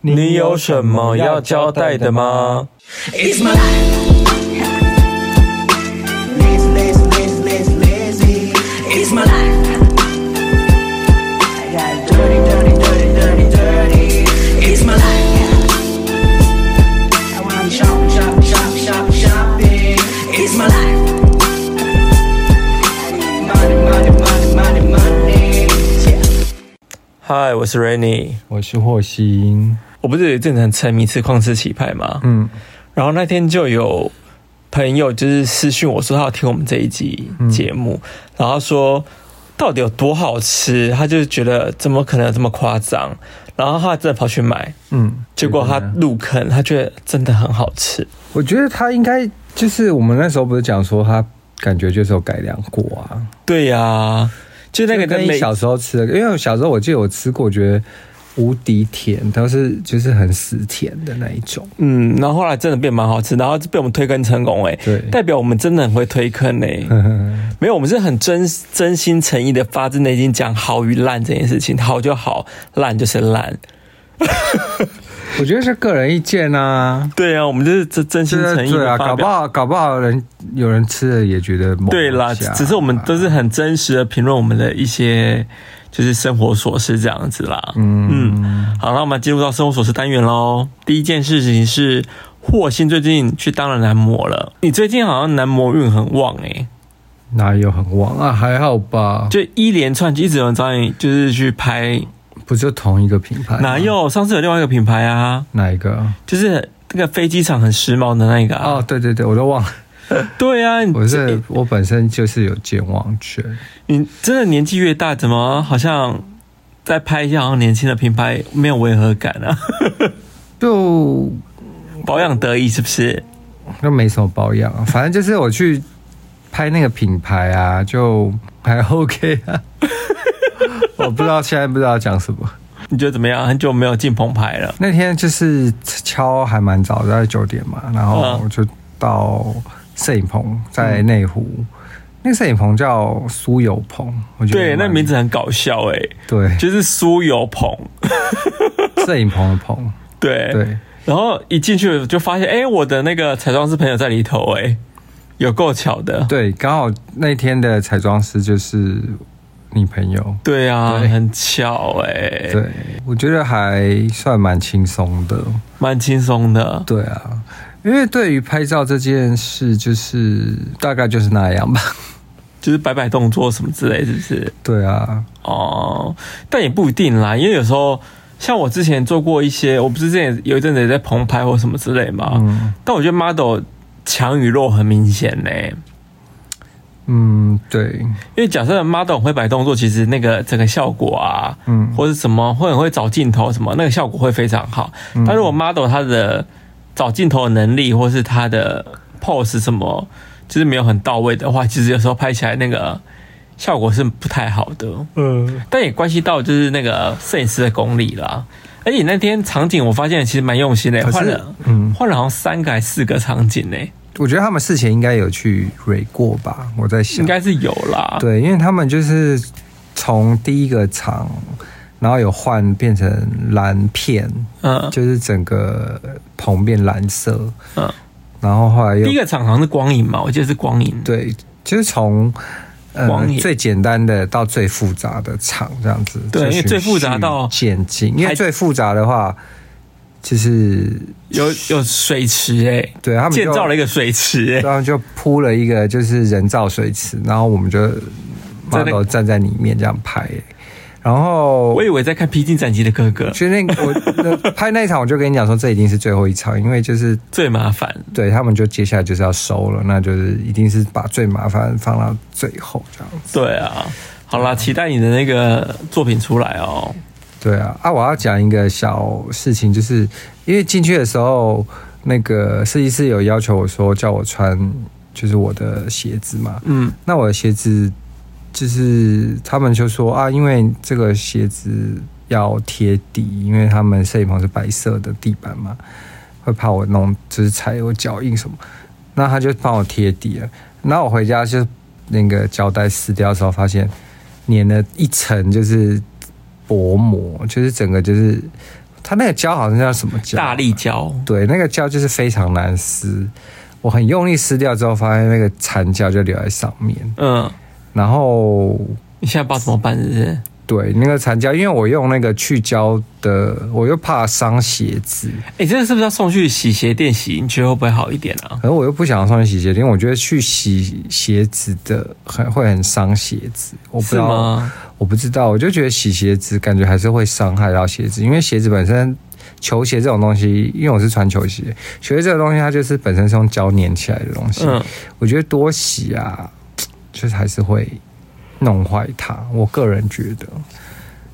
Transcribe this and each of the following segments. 你有什么要交代的吗？ It's my life. Lazy, lazy, lazy, lazy, lazy. It's my life. I got dirty, dirty, dirty, dirty, dirty. It's my life. I wanna shop, shop, shop, shop, shopping. It's my life. I need money, money, money, money, money. Yeah. 嗨，我是 Rainy。我是霍心，我不是有一阵子很沉迷吃旷世棋牌吗？嗯然后那天就有朋友就是私讯我说他要听我们这一集节目，然后他说到底有多好吃，他就觉得怎么可能有这么夸张，然后他真的跑去买，嗯，结果他对对对入坑，他觉得真的很好吃。我觉得他应该就是我们那时候不是讲说他感觉就是有改良过啊，对呀、就那个就跟美你小时候吃的，因为我小时候我记得我吃过，我觉得无敌甜，都是就是很死甜的那一种，嗯，然后后来真的变蛮好吃，然后被我们推坑成功哎、对代表我们真的很会推坑哎、嗯没有，我们是很真真心诚意的发自内心讲好与烂这件事情，好就好，烂就是烂。我觉得是个人意见啊。对啊，我们就是真真心是诚意对的啊，发搞不表。好搞不好人有人吃了也觉得猛对啦，一下只是我们都是很真实的评论我们的一些就是生活琐事这样子啦。嗯好，那我们进入到生活琐事单元喽。第一件事情是霍信最近去当了男模了，你最近好像男模运很旺诶、哪有很旺啊？还好吧，就一连串就一直有人找你，就是去拍，不就同一个品牌吗？啊哪有？上次有另外一个品牌啊，哪一个？就是那个飞机场很时髦的那个、啊。哦，对对对，我都忘了，对啊，你我是我本身就是有健忘症。你真的年纪越大，怎么好像在拍一些好像年轻的品牌没有违和感啊？ 就保养得宜是不是？那没什么保养、啊，反正就是我去拍那个品牌啊，就还 OK 啊。我不知道现在不知道讲什么。你觉得怎么样？很久没有进棚拍了，那天就是敲还蛮早，大概九点嘛，然后嗯我就到摄影棚，在内湖。那个摄影棚叫苏有朋，我觉得对，蛮那名字很搞笑哎、对，就是苏有朋，摄影棚的 棚，对对，然后一进去就发现，哎、我的那个彩妆师朋友在里头哎、有够巧的，对，刚好那天的彩妆师就是你朋友，对啊，对很巧哎、对我觉得还算蛮轻松的，蛮轻松的。对啊，因为对于拍照这件事，就是大概就是那样吧， 就是摆摆动作什么之类，是不是？对啊，哦，但也不一定啦，因为有时候像我之前做过一些，我不是之前有一阵子也在棚拍或什么之类嘛，嗯但我觉得 model 强与弱很明显呢、嗯，对，因为假设 model 很会摆动作，其实那个整个效果啊，嗯或者什么会很会找镜头什么，那个效果会非常好。嗯但如果 model 他的找镜头的能力，或是他的 pose 什么，就是没有很到位的话，其实有时候拍起来那个效果是不太好的。嗯，但也关系到就是那个摄影师的功力啦。而且那天场景我发现其实蛮用心的，可是换了嗯换了好像三个还四个场景呢，我觉得他们事前应该有去蕊过吧，我在想，应该是有啦。对，因为他们就是从第一个场，然后有换变成蓝片，嗯就是整个棚变蓝色，嗯，然后后来又第一个场好像是光影嘛，我记得是光影。对，就是从呃光影最简单的到最复杂的场这样子。对就因为循最复杂到序渐进，因还为最复杂的话就是有有水池哎、对他们就建造了一个水池哎、然后就铺了一个就是人造水池，然后我们就在那 model 站在里面这样拍，欸然后我以为在看《披荆斩棘的哥哥》其实那个我那拍那一场，我就跟你讲说，这一定是最后一场，因为就是最麻烦，对他们就接下来就是要收了，那就是一定是把最麻烦放到最后这样子。对啊。好嗯啦，期待你的那个作品出来哦。对啊，啊，我要讲一个小事情，就是因为进去的时候，那个设计师有要求我说叫我穿就是我的鞋子嘛，嗯，那我的鞋子就是他们就说啊，因为这个鞋子要贴底，因为他们摄影棚是白色的地板嘛，会怕我弄就是踩有脚印什么，那他就帮我贴底了。那我回家就那个胶带撕掉的时候，发现粘了一层就是薄膜，就是整个就是它那个胶好像叫什么胶？大力胶，对，那个胶就是非常难撕。我很用力撕掉之后，发现那个残胶就留在上面。嗯，然后，你现在不知道怎么办，是不是？对那个残胶，因为我用那个去胶的，我又怕伤鞋子，哎、这个是不是要送去洗鞋店洗？你觉得会不会好一点啊？可是我又不想送去洗鞋店，我觉得去洗鞋子的很会很伤鞋子。我不知是道，吗？我不知道，我就觉得洗鞋子感觉还是会伤害到鞋子，因为鞋子本身。球鞋这种东西，因为我是穿球鞋，球鞋这个东西它就是本身是用胶粘起来的东西，嗯，我觉得多洗啊，就是还是会弄坏它。我个人觉得，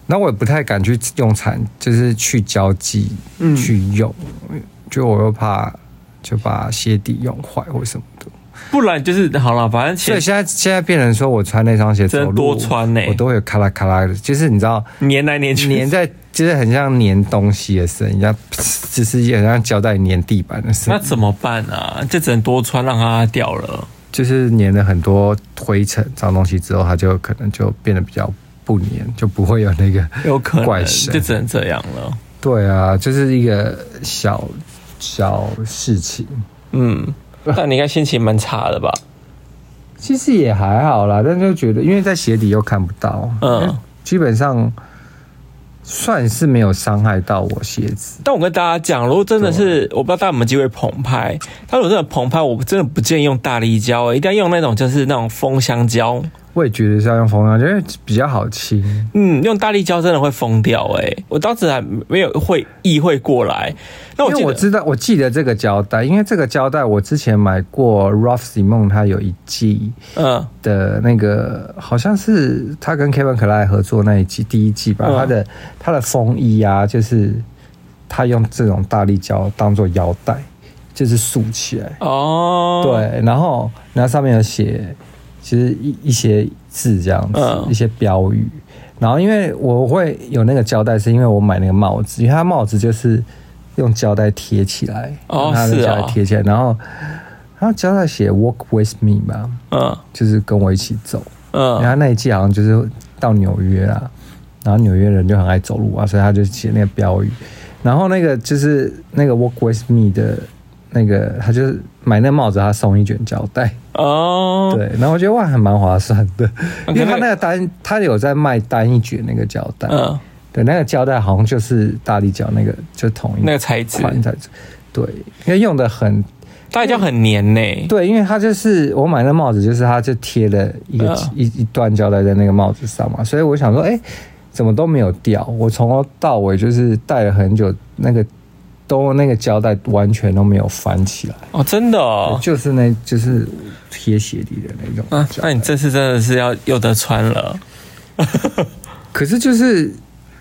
那我也不太敢去用产，就是去胶剂嗯去用，就我又怕就把鞋底用坏或什么的。不然就是好了，反正所以鞋现在现在变成说我穿那双鞋走真的路，多穿欸呢、我都会有咔啦咔啦的，就是你知道粘来粘去，粘在，就是很像粘东西的声音，像就是也很像胶带粘地板的声那音，怎么办啊？就只能多穿让它掉了。就是粘了很多灰尘、脏东西之后，它就可能就变得比较不粘，就不会有那个。有可能怪谁就只能这样了。对啊， 就是一个小小事情，嗯，但你应该心情蛮差的吧？其实也还好啦，但就觉得因为在鞋底又看不到，嗯，基本上算是没有伤害到我鞋子。但我跟大家讲，如果真的是我不知道大家有没有机会澎湃，他如果真的澎湃，我真的不建议用大力胶、欸，一定要用那种就是那种封箱胶。我也觉得是要用风量，因为比较好清。嗯，用大力胶真的会疯掉哎、欸我当时还没有会意会过来。那我因哦为记得我知道，我记得这个胶带，因为这个胶带我之前买过 Ralph Simon，它有一季嗯的那个，好像是他跟 Kevin 可赖合作那一季第一季吧，嗯他的他的风衣啊，就是他用这种大力胶当做腰带，就是束起来。哦，，对，然后然后上面有写，其实一一些字这样子，嗯一些标语。然后因为我会有那个胶带，是因为我买那个帽子，因为它帽子就是用胶带贴起来，哦它的是哦胶带贴起来，然后然后胶带写 “Walk with me” 吧，嗯就是跟我一起走。因为嗯他那一季好像就是到纽约啦，然后纽约人就很爱走路啊，所以他就写那个标语。然后那个就是那个 Walk with me 的那个，他就是买那个帽子，他送一卷胶带。哦，对，然后我觉得哇，还蛮划算的，因为可他能那个单，他有在卖单一卷那个胶带。嗯，对，那个胶带好像就是大力胶那个，就同一那个材质，款材质。对，因为用的很大力胶很黏呢、对，因为它就是我买那帽子，就是它就贴了一个、嗯一一段胶带在那个帽子上嘛，所以我想说，哎、怎么都没有掉？我从头到尾就是戴了很久，那个都那个胶带完全都没有翻起来，哦，真的哦，就是那就是贴鞋底的那种啊，胶带那你这次真的是要有得穿了。可是就是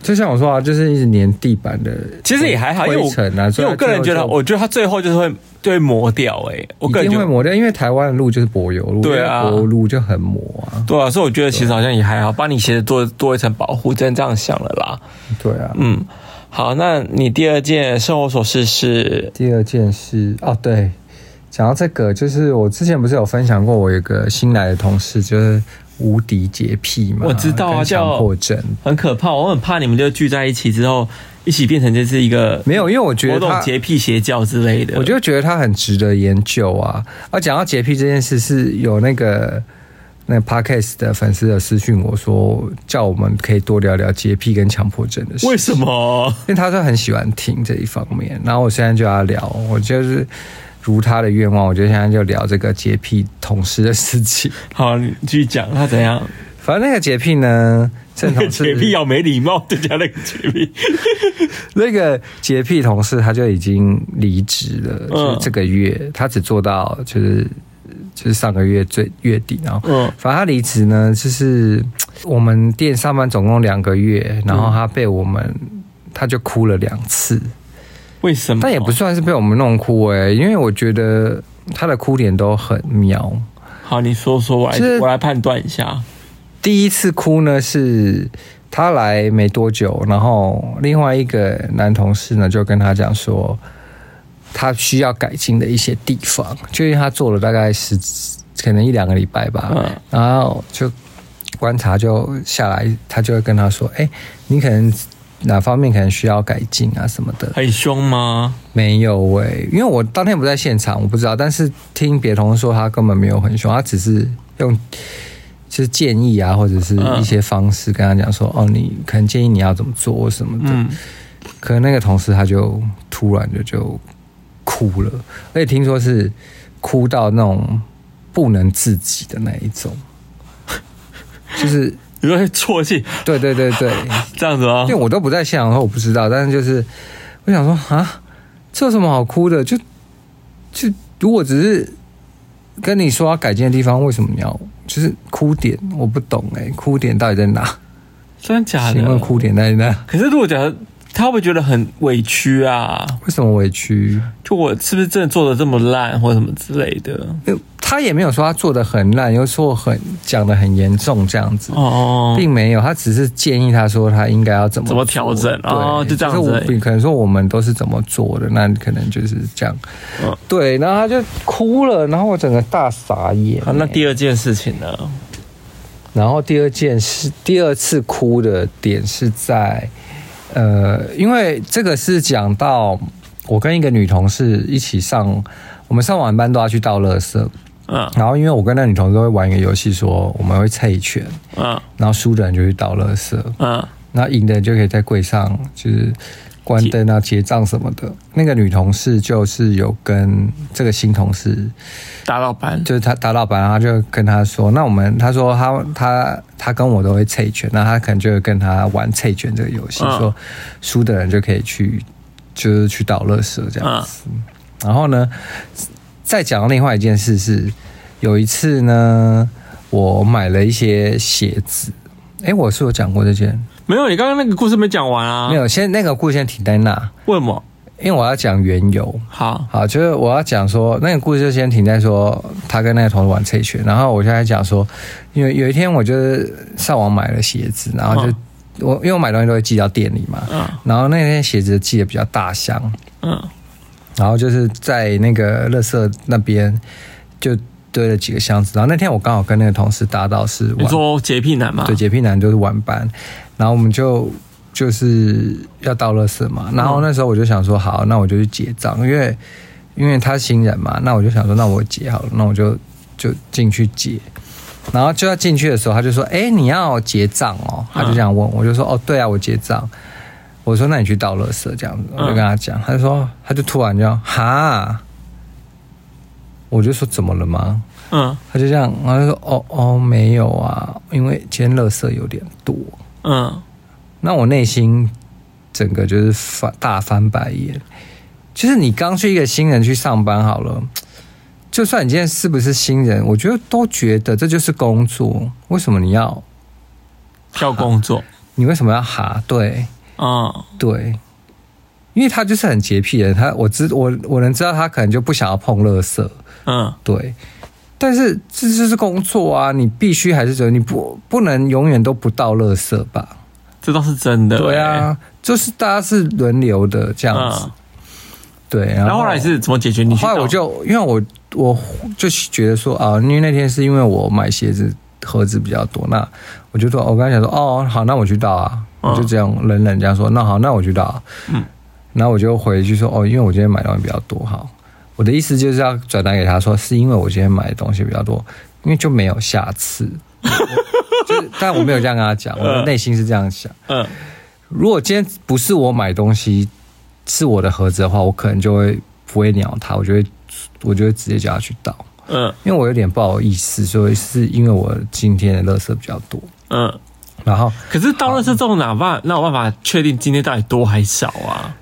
就像我说啊，就是一直粘地板的，其实也还好，因为灰我、尘啊，因所以为我个人觉得，它最后就我觉得它最后就是会就会磨掉、欸。我个一定人觉会得磨掉，因为台湾的路就是柏油路，对啊因为柏油路就很磨啊，对啊，所以我觉得其实好像也还好，帮你鞋子多多一层保护，真的这样想了啦。对啊。嗯，好，那你第二件生活琐事是第二件事哦，对，讲到这个，就是我之前不是有分享过，我有个新来的同事，就是无敌洁癖嘛，我知道啊跟叫强迫症。很可怕，我很怕你们就聚在一起之后，一起变成就是一个没有，因为我觉某得种他，洁癖邪教之类的。我就觉得他很值得研究啊。而讲到洁癖这件事，是有那个那个 podcast 的粉丝有私讯我说，叫我们可以多聊聊洁癖跟强迫症的事。为什么？因为他是很喜欢听这一方面，然后我现在就要聊，我就是如他的愿望，我就现在就聊这个洁癖同事的事情。好，你继续讲他怎样？反正那个洁癖呢，正同事 洁癖啊要没礼貌，对加那个洁癖。那个洁癖同事他就已经离职嗯了，就是这个月他只做到就是就是上个月最月底，然后嗯反正他离职呢，就是嘖我们店上班总共两个月，然后他被我们他就哭了两次，嗯为什么？但也不算是被我们弄哭诶、因为我觉得他的哭点都很妙。好，你说说，我来就是我来判断一下。第一次哭呢是他来没多久，然后另外一个男同事呢就跟他讲说，他需要改进的一些地方，就因为他做了大概十可能一两个礼拜吧，嗯然后就观察就下来，他就会跟他说，哎、你可能哪方面可能需要改进啊什么的。很凶吗？没有喂、因为我当天不在现场，我不知道。但是听别同事说，他根本没有很凶，他只是用就是建议啊，或者是嗯一些方式跟他讲说，哦，你可能建议你要怎么做或什么的。嗯，可能那个同事他就突然就就哭了，而且听说是哭到那种不能自己的那一种，就是你说啜泣 对对对对，这样子吗因为？我都不在现场的话，我不知道。但是就是我想说啊，这有什么好哭的？就就如果只是跟你说要改进的地方，为什么你要就是哭点？我不懂哎、哭点到底在哪？真的假请问的？哭点在哪？可是如果假如他会不会觉得很委屈啊？为什么委屈？就我是不是真的做的这么烂，或者什么之类的？因为他也没有说他做的很烂，又说很讲的很严重这样子。哦，并没有，他只是建议他说他应该要怎么怎么做调整对哦就这样子是我而已可能说我们都是怎么做的，那可能就是这样。嗯对，然后他就哭了，然后我整个大傻眼、好，啊那第二件事情呢？然后第二件事，第二次哭的点是在，呃，因为这个是讲到我跟一个女同事一起上，我们上晚班都要去倒垃圾，嗯然后因为我跟那女同事都会玩一个游戏说，我们会猜一拳，嗯然后输的人就去倒垃圾，嗯，然后赢的人就可以在柜上就是关灯啊、结账什么的。那个女同事就是有跟这个新同事，大老板就是她她老板，然后就跟她说，那我们她说她她她跟我都会猜拳，那她可能就会跟她玩猜拳这个游戏，嗯说输的人就可以去就是去倒垃圾这样子。然后呢，再讲另外一件事是，有一次呢，我买了一些鞋子。哎，我是有讲过这件，没有，你刚刚那个故事没讲完啊？没，有，先那个故事先停在那，为什么？因为我要讲缘由。好，好，就是我要讲说，那个故事就先停在说他跟那个同事玩这一圈，然后我就在讲说，因为有一天我就是上网买了鞋子，然后就、嗯我因为我买东西都会寄到店里嘛，嗯然后那天鞋子寄的比较大箱，嗯然后就是在那个乐色那边就堆了几个箱子，然后那天我刚好跟那个同事搭到是晚你说洁癖男嘛？对，洁癖男就是晚班，然后我们就就是要到垃圾嘛，然后那时候我就想说，好，那我就去结账，因为因为他新人嘛，那我就想说，那我结好了，那我就就进去结，然后就要进去的时候，他就说，哎、你要结账哦，他就这样问，我就说，哦，对啊，我结账。我说：“那你去倒垃圾这样子。”我就跟他讲，他就说，他就突然这样，哈，我就说怎么了吗？嗯他就这样，然后就说：“哦哦，没有啊，因为今天垃圾有点多。嗯，”那我内心整个就是翻大翻白眼。就是你刚去一个新人去上班好了，就算你今天是不是新人，我觉得都觉得这就是工作。为什么你要？要工 作，你为什么要哈？对嗯对，因为他就是很洁癖的人，他我知我我能知道他可能就不想要碰垃圾。嗯对，但是这就是工作啊，你必须还是觉得你不不能永远都不到垃圾吧？这倒是真的。对啊，就是大家是轮流的这欸，样子。嗯，对，然然后后后来是怎么解决？你去后来我到就因为我我就觉得说啊，因为那天是因为我买鞋子盒子比较多，那我就说，我刚才想说，哦，好，那我去倒啊，嗯我就这样冷冷这样说，那好，那我去倒、啊。嗯，然后我就回去说，哦，因为我今天买东西比较多，好，我的意思就是要转达给他说，是因为我今天买的东西比较多，因为就没有下次。 我就是，但我没有这样跟他讲，我的内心是这样想。嗯如果今天不是我买东西，是我的盒子的话，我可能就会不会鸟他，我就会我就会直接叫他去倒，嗯因为我有点不好意思，所以是因为我今天的垃圾比较多，嗯，然后可是到了是这种哪办那有办法确定今天到底多还少啊？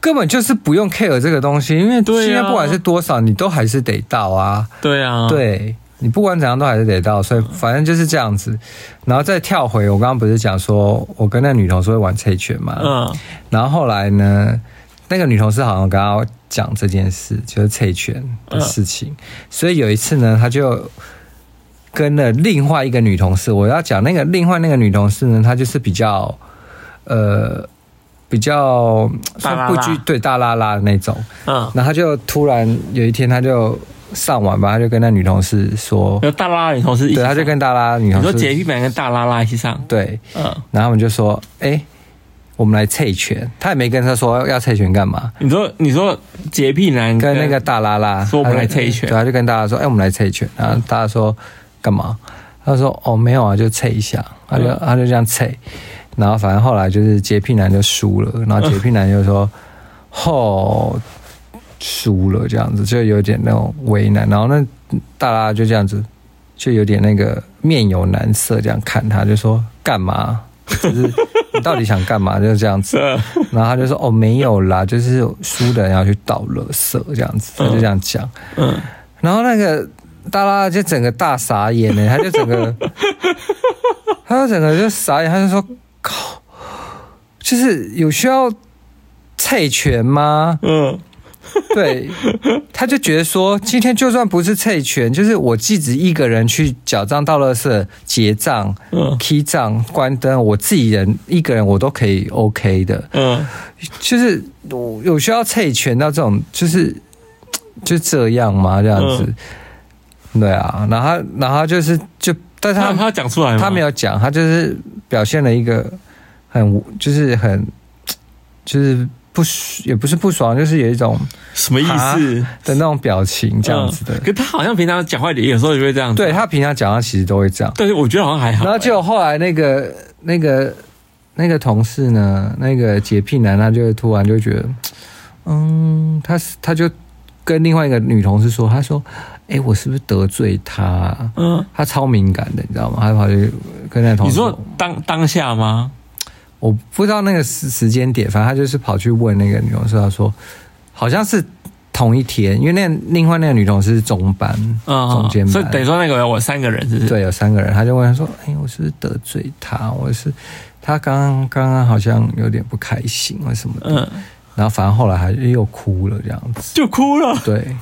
根本就是不用 care 这个东西，因为对啊现在不管是多少，你都还是得到啊，对啊，，对。你不管怎样都还是得到，所以反正就是这样子，然后再跳回我刚刚不是讲说，我跟那女同事会玩猜拳嘛，嗯然后后来呢，那个女同事好像跟他讲这件事，就是退权的事情，嗯所以有一次呢，他就跟了另外一个女同事，我要讲那个另外那个女同事呢，她就是比较呃比较大拉拉算不拘对大拉拉的那种，嗯，然后他就突然有一天他就上晚吧，他就跟那女同事说，有大拉拉女同事一起对，上，他就跟大拉拉女嗯你同说事洁癖男跟大拉拉一起上，对，嗯然后我们就说，哎、我们来测拳，他也没跟他说要测拳干嘛，你说你说洁癖男跟那个大拉拉说我们来他就测一圈对，他就跟大家说，哎、我们来测一圈，然后大家说干嘛？他说哦没有啊，就测一下，他就、嗯他就这样测，然后反正后来就是洁癖男就输了，然后 洁癖男就说，吼、输了这样子，就有点那种为难，然后那大拉就这样子，就有点那个面有难色，这样看他就说干嘛？就是你到底想干嘛？就是这样子， 呃然后他就说：“哦，没有啦，就是输的人要去倒垃圾这样子。”他就这样讲。嗯，然后那个大拉就整个大傻眼欸呢，他就整 个，他就整个就傻眼，他就说：“靠，就是有需要退权吗？”嗯对，他就觉得说，今天就算不是退权，就是我自己一个人去缴账、倒垃圾、结账、嗯 key 账、关灯，我自己人一个人我都可以 OK 的。嗯就是我有需要退权到这种，就是就这样吗？这样子，对啊。然后他然后他就是就，但是他嗯他他有讲出来吗？他没有讲，他就是表现了一个很无就是很就是不爽也不是不爽，就是有一种什么意哈思？的那种表情这样子的。嗯可他好像平常讲话也有时候也会这样子。对他平常讲话其实都会这样。但是我觉得好像还好。 然后就后来那个那个那个同事呢，那个洁癖男，他就突然就觉得，嗯，他是他就跟另外一个女同事说，他说，哎、我是不是得罪他啊、嗯，他超敏感的，你知道吗？他跑去跟哦那个同你事，说当当下吗？我不知道那个时时间点，反正他就是跑去问那个女同事，他说好像是同一天，因为那另外那个女同事是中班，嗯，中间班，所以等于说那个人我三个人，是不是？，对，有三个人，他就问他说：“哎、我是不是得罪他？我是他刚刚刚刚好像有点不开心，为什么的？”嗯，然后反正后来还又哭了，这样子，就哭了。对，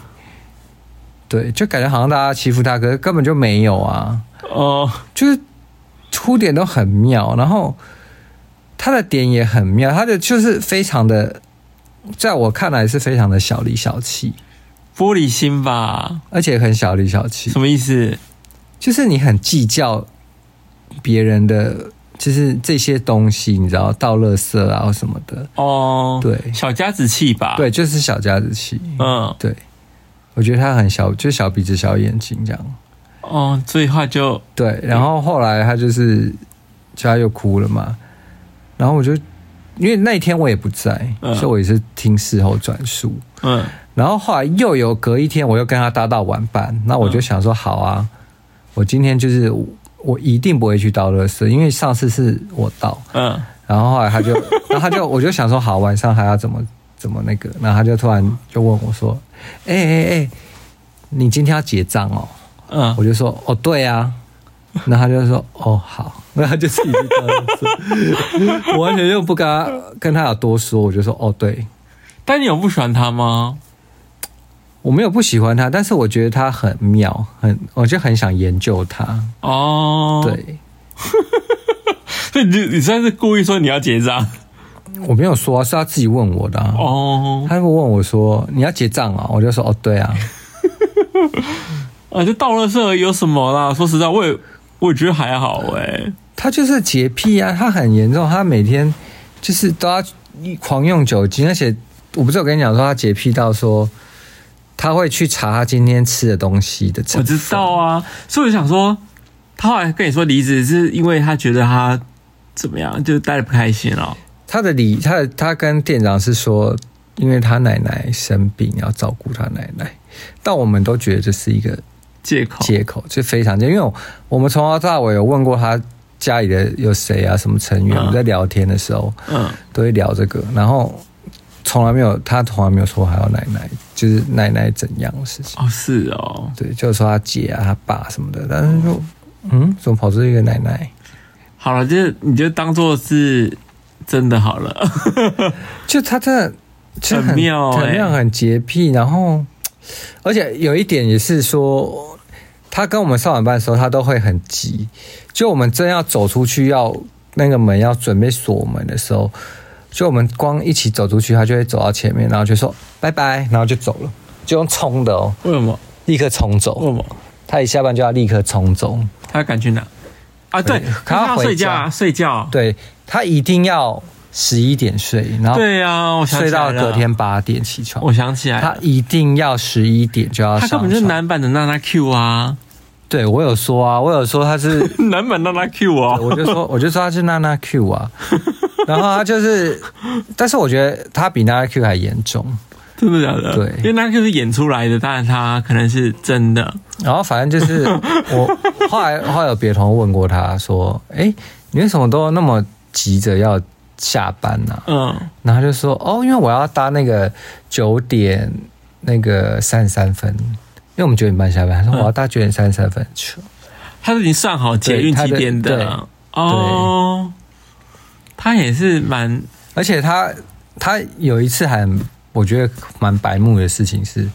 对，就感觉好像大家欺负他，可是根本就没有啊，哦，就是出点都很妙，然后他的点也很妙，他的就是非常的，在我看来是非常的小里小气，玻璃心吧？而且很小里小气什，么意思？就是你很计较别人的，就是这些东西，你知道，倒垃圾啊或什么的，哦，对小家子气吧？，对，就是小家子气。嗯，对，我觉得他很小，就是小鼻子小眼睛这样。哦，所以话就对，然后后来他就是，就他又哭了嘛，然后我就，因为那一天我也不在，嗯所以我也是听事后转述。嗯然后后来又有隔一天，我又跟他搭到晚班，那我就想说，好啊，我今天就是我我一定不会去倒垃圾，因为上次是我倒，嗯然后后来他就，然后他就我就想说，好，晚上还要怎么怎么那个，然后他就突然就问我说，哎哎哎，你今天要结账哦？嗯我，就说，哦，对啊。然后他就说：“哦，好。”那他就自己去倒垃圾，我完全就不跟他跟他有多说，我就说：“哦，对，但你有不喜欢他吗？我没有不喜欢他，但是我觉得他很妙，很我就很想研究他。哦，，对，所以你你算是故意说你要结账我没有说、啊，是他自己问我的、啊。哦，他就问我说：“你要结账啊？”我就说：“哦，对啊。啊，就到了这有什么啦？说实在，我也我也觉得还好哎、”他就是洁癖啊，他很严重，他每天就是都要狂用酒精，而且我不是有跟你讲说他洁癖到说他会去查他今天吃的东西的我成分。知道啊，所以我想说，他后来跟你说离职，是因为他觉得他怎么样，就是待的不开心哦。他的理，他的他跟店长是说，因为他奶奶生病要照顾他奶奶，但我们都觉得这是一个。借口，借口，就非常借，因为我我们从头到尾有问过他家里的有谁啊，什么成员，嗯我们在聊天的时候嗯都会聊这个，然后从来没有他从来没有说还有奶奶，就是奶奶怎样的事情，哦是哦，对，就是说他姐啊、他爸什么的，但是就嗯，怎么跑出一个奶奶？好了，就是你就当做是真的好了。就他真的就很妙欸很妙，很洁癖。然后，而且有一点也是说，他跟我们上晚班的时候，他都会很急。就我们真要走出去要那个门要准备锁门的时候，就我们光一起走出去，他就会走到前面，然后就说拜拜，然后就走了，就用冲的哦， 为什么？立刻冲为什走。么？他一下班就要立刻冲走，他敢去哪？啊，对，他要他要回睡觉家啊，睡觉。对他一定要十一点睡，然后对呀、啊我想睡起来到了隔，天八点起床我。想起来他了，一定要十一点就要哎他上根床。本就是男版的娜娜 Q 啊，对我有说啊，我有说他是， 男版娜娜 Q 哦，我就说我就说他是娜娜 Q 啊，然后他就是，但是我觉得他比娜娜 Q 还严重。真的假的？对因为娜娜 Q 是演出来的，当然他可能是真的。然后反正就是我后来后来有别的同事问过他说，哎、你为什么都那么急着要下班呢、嗯，然后他就说，哦，因为我要搭那个九点那个三十三分，因为我们九点半下班，他说我要搭九点三十三分 去。他都已经算好捷运几点对他的的哦。他也是蛮而且他他有一次还我觉得蛮白目的事情是，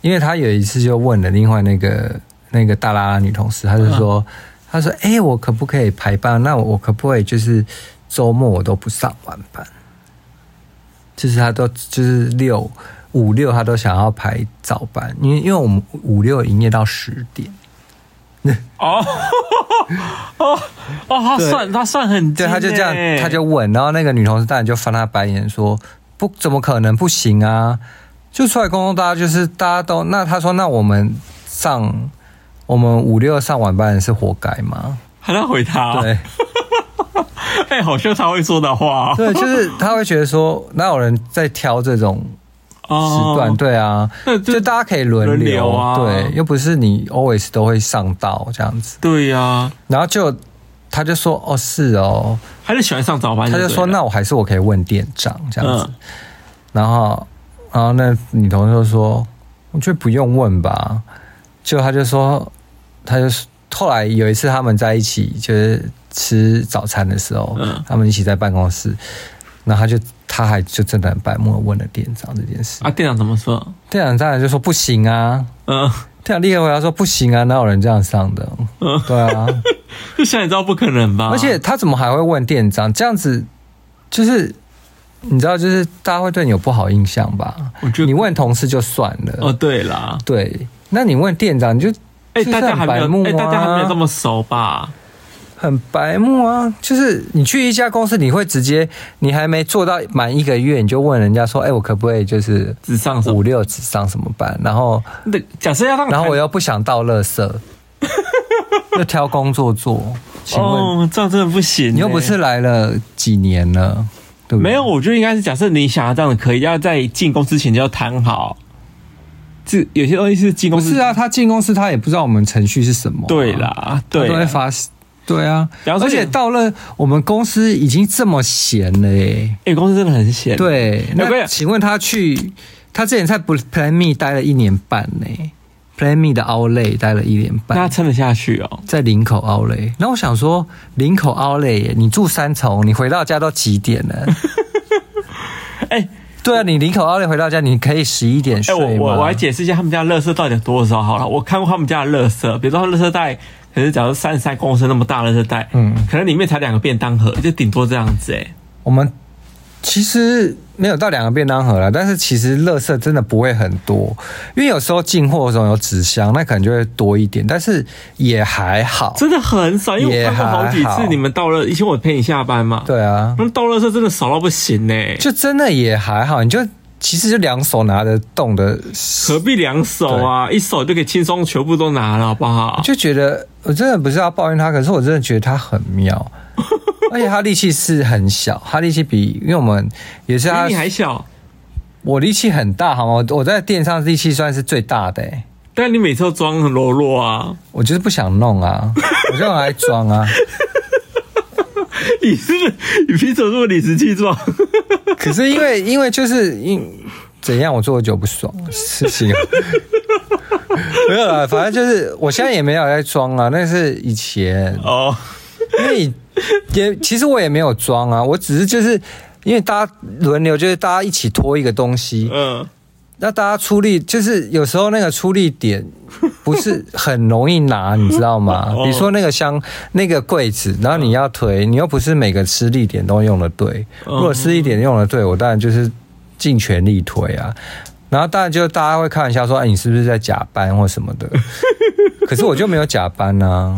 因为他有一次就问了另外那个那个大拉拉女同事，他就说、他说哎、诶我可不可以排班？那我可不可以就是周末我都不上晚班？就是他都就是六五六他都想要排早班，因为因为我们五六营业到十点。哦 哦哦，他对算他算很对，精他就这样欸，他就问，然后那个女同事当然就翻他白眼说：“不，怎么可能不行啊？就出来工作，大家就是大家都……那他说，那我们上我们五六上晚班是活该吗？还在回他、哦，对哎、好像他会说的话、哦，对，就是他会觉得说，哪有人在挑这种时哦段？对啊，那就就大家可以轮轮流流啊对，又不是你 always 都会上到这样子。对呀、然后就他就说：哦，是哦，他就喜欢上早班他对了，就说：“那我还是我可以问店长这样子。嗯然后，然后那女同事就说：“我觉得不用问吧。”就他就说，他就是后来有一次他们在一起就是吃早餐的时候，嗯他们一起在办公室，然后他就他还就真的很白目地问了店长这件事。啊，店长怎么说？店长当然就说：“不行啊！”嗯， 店长立刻回答说：“不行啊，哪有人这样上的？”嗯对啊。就想你知道不可能吧？而且他怎么还会问店长？这样子就是你知道，就是大家会对你有不好印象吧？我觉得你问同事就算了，哦，对啦，对，那你问店长，你就哎、就是大家很还没白有，目哎、啊，大家还没有这么熟吧？很白目啊！就是你去一家公司，你会直接，你还没做到满一个月，你就问人家说，哎、我可不可以就是只上什么五六只上什么班？然后， 那假设要让，哦然后我又不想到垃圾， 就挑工作做，请问、哦，这样真的不行、你又不欸是来了几年了，对不对？没有，我觉得应该是假设你想要这样的，可以要在进公司前就要谈好。这有些东西是进公不司是啊，他进公司他也不知道我们程序是什么、啊对，啦，对都啦会发。对啊，比方说而且你到了我们公司已经这么闲了耶。哎、公司真的很闲。，对，哎我跟你那讲请问他去，他之前在 Plan Me 待了一年半呢，Plan Me 的 Outlay 待了一年那他半，撑得下去哦。在林口 Outlay。那我想说，林口 Outlay，耶你住三重，你回到家都几点了？ 哎、对啊，你林口 Outlay 回到家，你可以十一点哎、睡吗？我我我来解释一下他们家的垃圾到底有多少好了。我看过他们家的垃圾，比如说他们垃圾袋，可是假如三十三公升那么大的垃圾袋，嗯嗯，可能里面才两个便当盒，就顶多这样子、哎，我们其实没有到两个便当盒啦，但是其实垃圾真的不会很多，因为有时候进货的时候有纸箱，那可能就会多一点，但是也还好。真的很少，因为我看过好几也还次好你们到了，以前我陪你下班嘛，，对啊他，们到垃圾真的少到不行呢、哎就真的也还好，你就其实就两手拿得动的，何必两手啊？一手就可以轻松全部都拿了，好不好？就觉得我真的不是要抱怨他，可是我真的觉得他很 妙。而且他力气是很小，他力气比因为我们也是他比你，还小，我力气很大好吗？我在店上力气算是最大的、欸，但你每次都装很柔弱啊， 我就是不想弄啊，我就用来装啊。你是不是你凭什么这么理直气壮？可是因为因为就是因怎样，我做的久不爽事 情，没有啦，反正就是我现在也没有在装啊，那是以前， 哦，因为也其实我也没有装啊，我只是就是因为大家轮流，就是大家一起拖一个东西，嗯，那大家出力就是有时候那个出力点不是很容易拿，你知道吗？ 哦比如说那个箱、那个柜子，然后你要推，你又不是每个吃力点都用的对。嗯如果吃力点用的对，我当然就是尽全力推啊。然后当然就大家会开玩笑说：“哎，你 是不是在假班或什么的？”可是我就没有假班啊，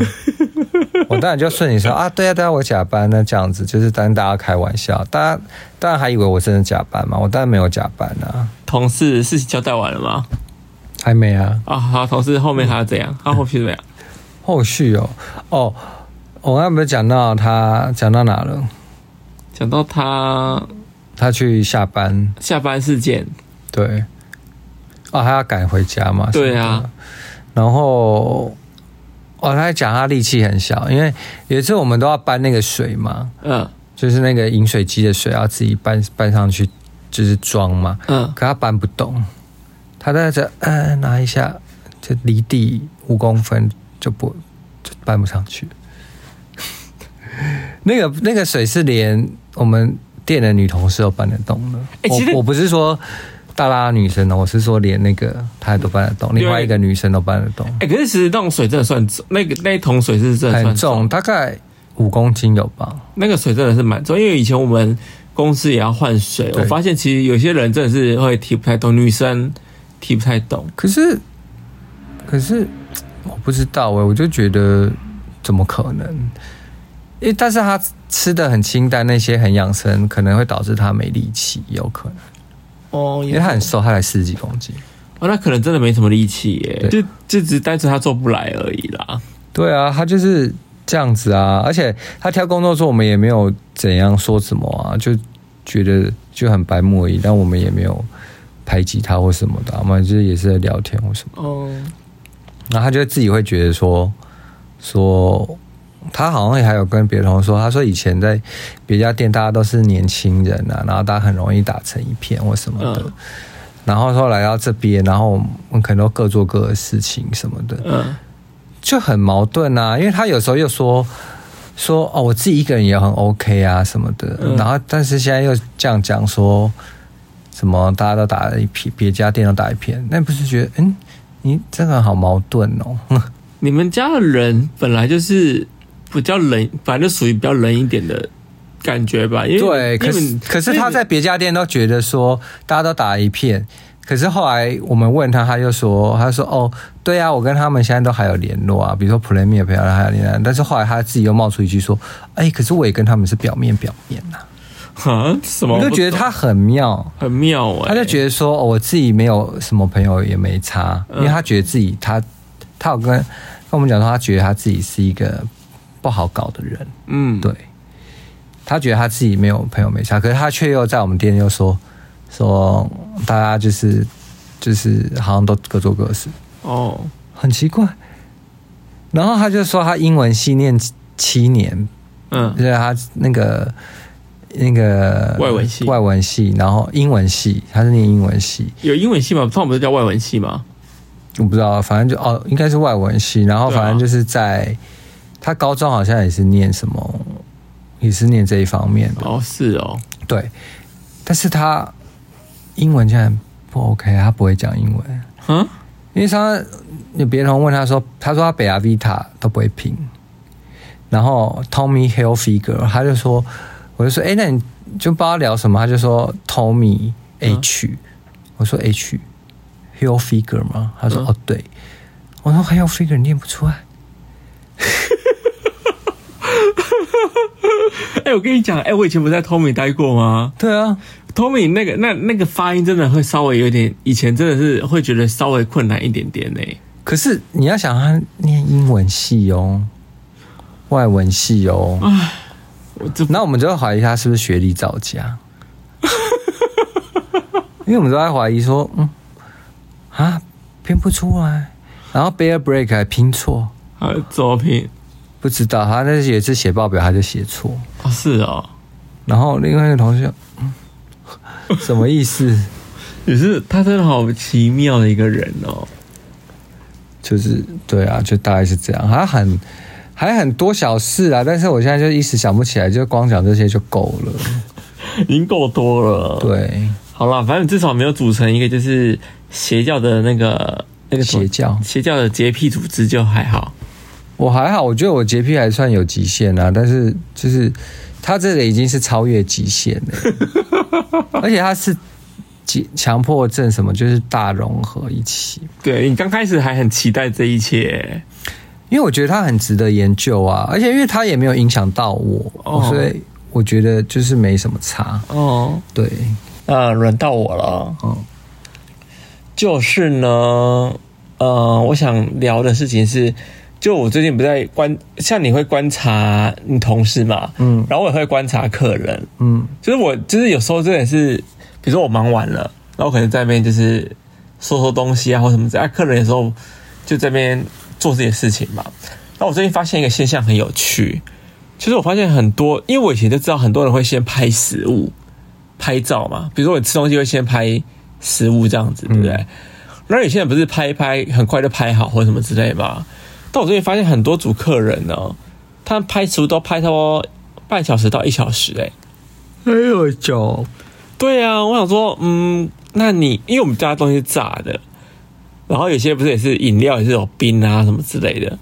我我当然就顺你 说啊，对啊，对啊，我假扮那这样子，就是当大家开玩笑，大家当然还以为我真的假扮嘛，我当然没有假扮啊，同事事情交代完了吗？还没啊，啊，好，同事后面还要怎样？他后续怎么样？后续哦，哦，我刚才不是讲到他讲到哪了？讲到他他去下班，下班事件，对，哦，他要赶回家嘛，对什么啊的，然后哦，他还讲他力气很小，因为有一次我们都要搬那个水嘛，嗯就是那个饮水机的水要自己搬搬上去，就是装嘛。嗯，可他搬不动，他在这呃拿一下，就离地五公分就不就搬不上去。 那个那个水是连我们店的女同事都搬得动的。欸其实我我不是说大拉女生哦，我是说连那个她都搬得动，另外一个女生都搬得动，哎、可是其实那种水真的算重，那个那一桶水是真的很算重，大概五公斤有吧？那个水真的是蛮重，因为以前我们公司也要换水，对我发现其实有些人真的是会提不太动，女生提不太动。可是，可是我不知道哎、我就觉得怎么可能？因为但是他吃的很清淡，那些很养生，可能会导致他没力气，也有可能，哦，因为他很瘦，他才四十几公斤。哦，那可能真的没什么力气耶，就对就只是单纯他做不来而已啦。对啊，他就是这样子啊，而且他挑工作的时候，我们也没有怎样说什么啊，就觉得就很白目而已，但我们也没有排挤他或什么的啊、我们就是也是在聊天或什么。哦，然后他就自己会觉得说说，他好像也还有跟别的同事说，他说以前在别家店大家都是年轻人啊，然后大家很容易打成一片或什么的。嗯然后说来到这边，然后我们可能都各做各的事情什么的，嗯就很矛盾啊。因为他有时候又说说哦，我自己一个人也很 OK 啊什么的，嗯然后但是现在又这样讲说什么大家都打了一片，别家店都打一片，那不是觉得嗯，你这个好矛盾哦。你们家的人本来就是比较冷，反正就属于比较冷一点的感觉吧。因为对，可因为是你可是因为他你在别家店都觉得说大家都打一片，可是后来我们问他，他就说，他说哦，对啊，我跟他们现在都还有联络啊，比如说普雷米的朋友还有联络，但是后来他自己又冒出一句说，哎，可是我也跟他们是表面表面呐、哈啊什么，我就觉得他很妙。很妙哎、他就觉得说、哦我自己没有什么朋友也没差，因为他觉得自己他他有跟跟我们讲说，他觉得他自己是一个不好搞的人，嗯，对，他觉得他自己没有朋友没差，可是他却又在我们店又说说大家就是就是好像都各做各的事，哦，很奇怪。然后他就说他英文系念七年，嗯就是他那个那个外文系外文系，然后英文系，他是念英文系，有英文系吗？通常不是叫外文系吗？我不知道，反正就哦，应该是外文系，然后对啊反正就是在、他高中好像也是念什么，也是念这一方面的，哦，是哦，对，但是他英文竟然不 OK，他不会讲英文，哼，因为他有别人问他说，他说他北阿 Vita 都不会拼，然后 Tommy Hilfiger 他就说，我就说，哎、那你就不知道聊什么，他就说 Tommy H，、我说 H Hilfiger 吗？他说、嗯哦对，我说 Hilfiger 你念不出来，哎、我跟你讲，哎、我以前不是在 Tommy 待过吗对啊， ？Tommy 那个那那个发音真的会稍微有点，以前真的是会觉得稍微困难一点点呢、可是你要想他念英文系哦，外文系哦。我这那我们就会怀疑他是不是学历造 假，因为我们都在怀疑说，嗯，啊，拼不出来，然后 bear break 还拼错，啊作品不知道他那也是写报表，他就写错，哦是哦，然后另外一个同学，嗯，什么意思？也是他真的好奇妙的一个人哦。就是对啊，就大概是这样，他很。还很多小事啊，但是我现在就一时想不起来，就光讲这些就够了。已经够多了。，对，好了，反正至少没有组成一个就是邪教的那个那个什么邪教邪教的洁癖组织就还好。我还好，我觉得我洁癖还算有极限啊，但是就是他这个已经是超越极限了， 而且他是极强迫症什么，就是大融合一起。对你刚开始还很期待这一切，因为我觉得它很值得研究啊，而且因为它也没有影响到我，哦所以我觉得就是没什么差。哦，对，那啊轮到我了，啊嗯，就是呢，呃，我想聊的事情是，就我最近不在观，像你会观察你同事嘛，嗯然后我也会观察客人，嗯就是我就是有时候真的是，比如说我忙完了，然后可能在那边就是收收东西啊或什么之类，啊，客人有时候就在那边做自己的事情嘛。那我最近发现一个现象很有趣，就是我发现很多，因为我以前就知道很多人会先拍食物、拍照嘛，比如说我吃东西会先拍食物这样子，对不对？然后有些人不是拍一拍，很快就拍好或什么之类嘛。但我最近发现很多组客人呢、哦他们拍食物都拍差不多半小时到一小时、欸，哎呦九，对啊，我想说，嗯，那你因为我们家的东西是炸的，然后有些不是也是饮料也是有冰啊什么之类的，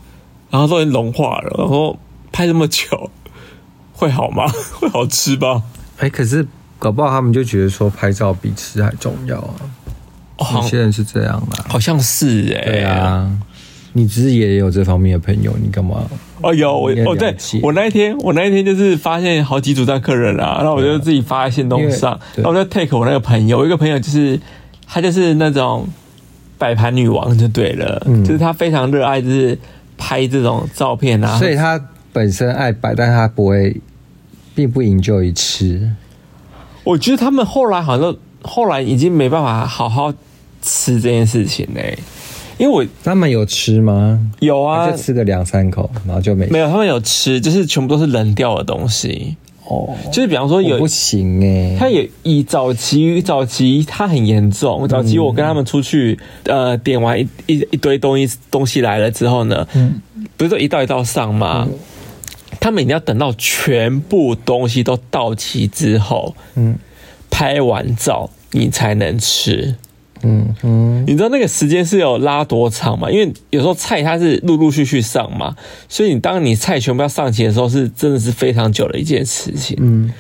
然后都已经融化了，然后拍这么久会好吗？ 会好吃吧？哎，可是搞不好他们就觉得说拍照比吃还重要啊，哦、有好些人是这样啦。好像是哎、对啊，你只是也有这方面的朋友，你干嘛？哦，有我应该哦，对了解我那一天，我那一天就是发现好几组这样客人啦、然后我就自己发在线动上，啊因为对然后我就 take 我那个朋友，我一个朋友就是她就是那种摆盘女王就对了，嗯就是她非常热爱就是拍这种照片啊，所以他本身爱摆，但他不会，并不营救于吃。我觉得他们后来好像后来已经没办法好好吃这件事情嘞、因为我他们有吃吗？有啊就，吃个两三口，然后就没没有他们有吃，就是全部都是冷掉的东西，哦，就是比方说有我不行哎、他也以早期早期他很严重，早期我跟他们出去，呃，点完一一一堆东西东西来了之后呢，不是说一道一道上嘛，他们一定要等到全部东西都到齐之后，嗯拍完照你才能吃。嗯嗯，你知道那个时间是有拉多长吗？因为有时候菜它是陆陆续续上嘛，所以你当你菜全部要上齐的时候，是真的是非常久的一件事情。嗯，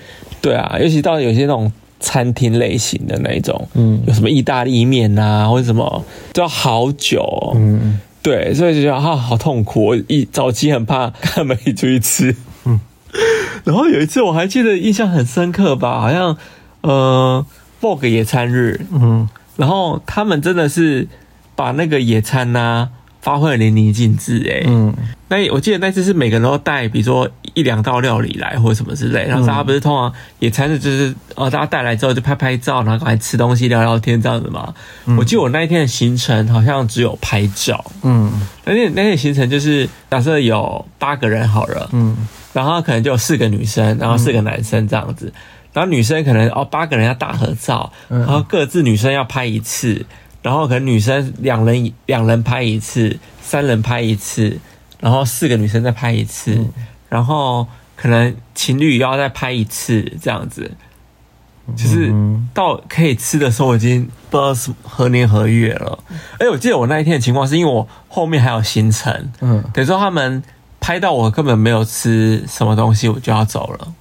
对啊，尤其到有些那种餐厅类型的那一种，嗯有什么意大利面啊，或者什么，都要好久、哦。嗯，对，所以就觉得啊，好痛苦、哦。一早期很怕他们一起出去吃，嗯 然后有一次我还记得印象很深刻吧，好像呃，Vogue 野餐日，嗯，然后他们真的是把那个野餐呐、发挥得淋漓尽致、欸，哎，嗯，那我记得那次是每个人都带，比如说一两道料理来或者什么之类，然后大家不是通常野餐日就是哦，大家带来之后就拍拍照，然后赶快吃东西聊聊天这样子嘛。我记得我那一天的行程好像只有拍照，嗯，那天那天的行程就是假设有八个人好了，嗯，然后可能就有四个女生，然后四个男生这样子，然后女生可能哦八个人要大合照，然后各自女生要拍一次，然后可能女生两人两人拍一次，三人拍一次，然后四个女生再拍一次，然后可能情侣要再拍一次这样子，就是嗯到可以吃的时候，我已经不知道是何年何月了。哎，我记得我那一天的情况是因为我后面还有行程，嗯等于说他们拍到我根本没有吃什么东西，我就要走了。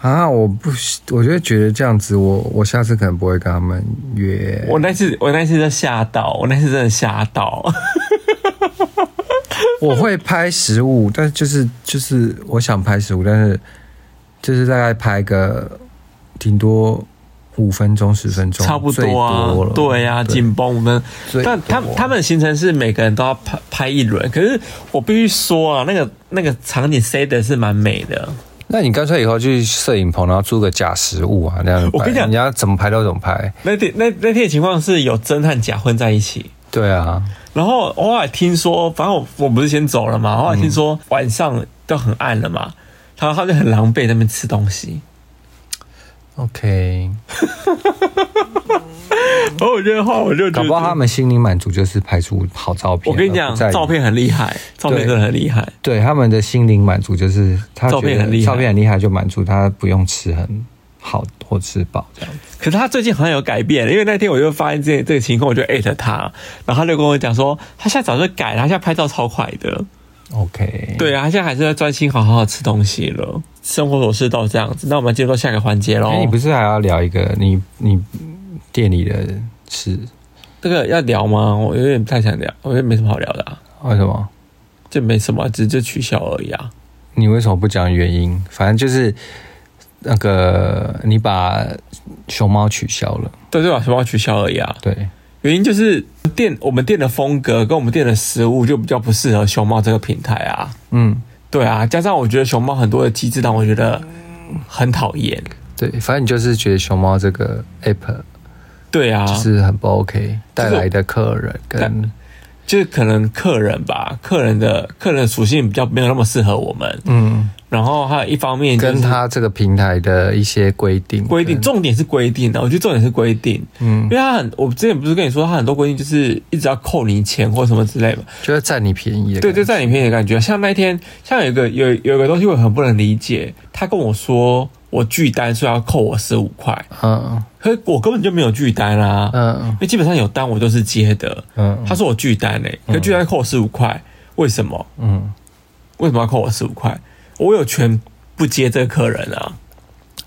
啊，我不，我就觉得这样子我，我下次可能不会跟他们约。我那次我那次真的吓到，我那次真的吓到。我会拍食物，但是就是就是我想拍食物，但是就是大概拍个顶多五分钟十分钟，差不最多啊，多了对呀、紧绷我们最。但他多他们的行程是每个人都要拍拍一轮，可是我必须说啊，那个那个场景塞的是蛮美的。那你干脆以后去摄影棚，然后租个假食物啊，这样子我跟你拍讲你要怎么拍都怎么拍。那天那那天的情况是有真和假混在一起，对啊，然后偶尔听说，反正我我不是先走了嘛，偶尔听说晚上都很暗了嘛，然后他们就很狼狈在那边吃东西， OK，然哦后我觉得话我就觉搞得不好他们心灵满足就是拍出好照片。我跟你而讲不在，于照片很厉害，照片真的很厉害。对他们的心灵满足就是他照片觉得很厉害照片很厉害就满足他不用吃很好或吃饱这样子。可是他最近好像有改变，因为那天我就发现这这个情况，我就艾特他，然后他就跟我讲说，他现在早就改了，他现在拍照超快嗯的。 OK，对啊，他现在还是在专心好好地吃东西了。生活琐事到这样子，那我们进入到下个环节喽。哎、你不是还要聊一个你你店里的事？这个要聊吗？我有点不太想聊，我觉得没什么好聊的、啊。为什么？这没什么，只是就取消而已啊。你为什么不讲原因？反正就是那个你把熊猫取消了，对对吧？什么要取消而已啊？对，原因就是店我们店的风格跟我们店的食物就比较不适合熊猫这个平台啊。嗯，对啊，加上我觉得熊猫很多的机制让我觉得很讨厌。对，反正你就是觉得熊猫这个 app 对啊，是很不 OK，带来的客人跟就是可能客人吧，客人的客人的属性比较没有那么适合我们。嗯，然后还有一方面、就是、跟他这个平台的一些规定规定，跟重点是规定啊的，我觉得重点是规定，因嗯，为他很，我之前不是跟你说，他很多规定就是一直要扣你钱或什么之类的，就是占你便宜的对，感觉，就占你便宜的感觉。像那一天，像有一个有有一个东西我很不能理解，他跟我说我拒单，所以要扣我十五块，嗯可是我根本就没有拒单啊，嗯因为基本上有单我都是接的。嗯他说我拒单嘞、欸可是拒单扣我十五块，为什么？嗯，为什么要扣我十五块？我有权不接这个客人啊。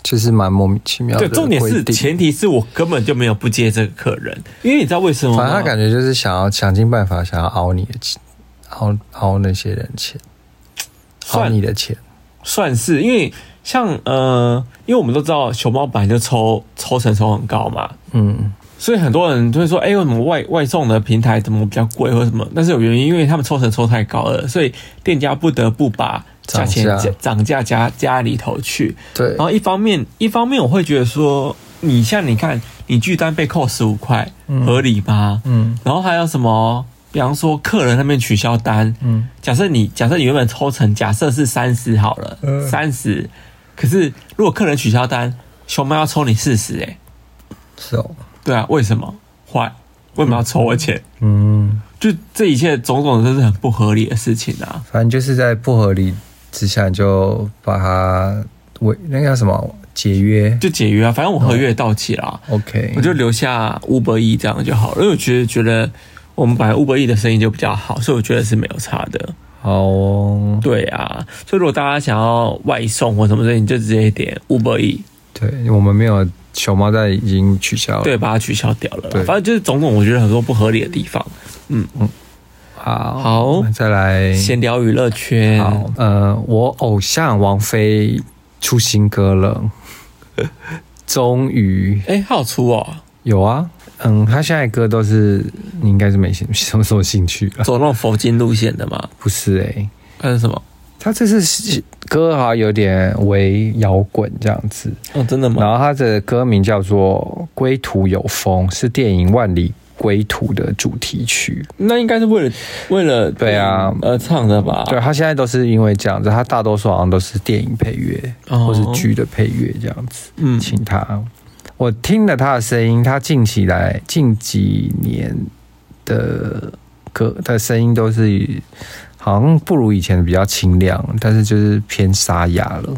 就是蛮莫名其妙对，的重点是规定前提是我根本就没有不接这个客人，因为你知道为什么吗？反正他感觉就是想要想尽办法想要熬你的钱，熬熬那些人钱，熬算你的钱。算是，因为像呃，因为我们都知道熊猫本来就抽抽成抽很高嘛，嗯，所以很多人就会说，哎、为什么外外送的平台怎么比较贵或什么？但是有原因，因为他们抽成抽太高了，所以店家不得不把价钱涨价加涨价加加里头去。对然，后一方面，一方面我会觉得说，你像你看，你拒单被扣十五块，合理吧？嗯然后还有什么？比方说，客人那边取消单，嗯，假设你假设你原本抽成假设是三十好了，嗯三十，可是如果客人取消单，熊猫要抽你四十，哎，是哦，对啊，为什么坏？为什么要抽我钱？嗯，就这一切种种都是很不合理的事情啊！反正就是在不合理之下你就把它违那个叫什么解约。就解约啊，反正我合约也到期啦， OK，我就留下五百亿这样就好了。因为我觉得觉得我们本来五百亿的生意就比较好，所以我觉得是没有差的。好哦。对啊，所以如果大家想要外送或什么的，你就直接点五百亿，对，我们没有熊猫蛋已经取消了。对，，把它取消掉了啦。对反正就是种种，我觉得很多不合理的地方。好，好我们再来。闲聊娱乐圈，嗯好，呃，我偶像王菲出新歌了，终于哎、好粗哦，有啊，嗯，他现在的歌都是你应该是没兴 什么什么兴趣了，走那种佛经路线的嘛？不是诶、还是什么？他这次是歌好像有点为摇滚这样子，哦，真的吗？然后他的歌名叫做《归途有风》，是电影《万里归途》的主题曲。那应该是为了为了对啊而唱的吧？对，他现在都是因为这样子，他大多数好像都是电影配乐、哦或是剧的配乐这样子。嗯请他，我听了他的声音，他近期来近几年的歌的声音都是好像不如以前比较清亮，但是就是偏沙哑了，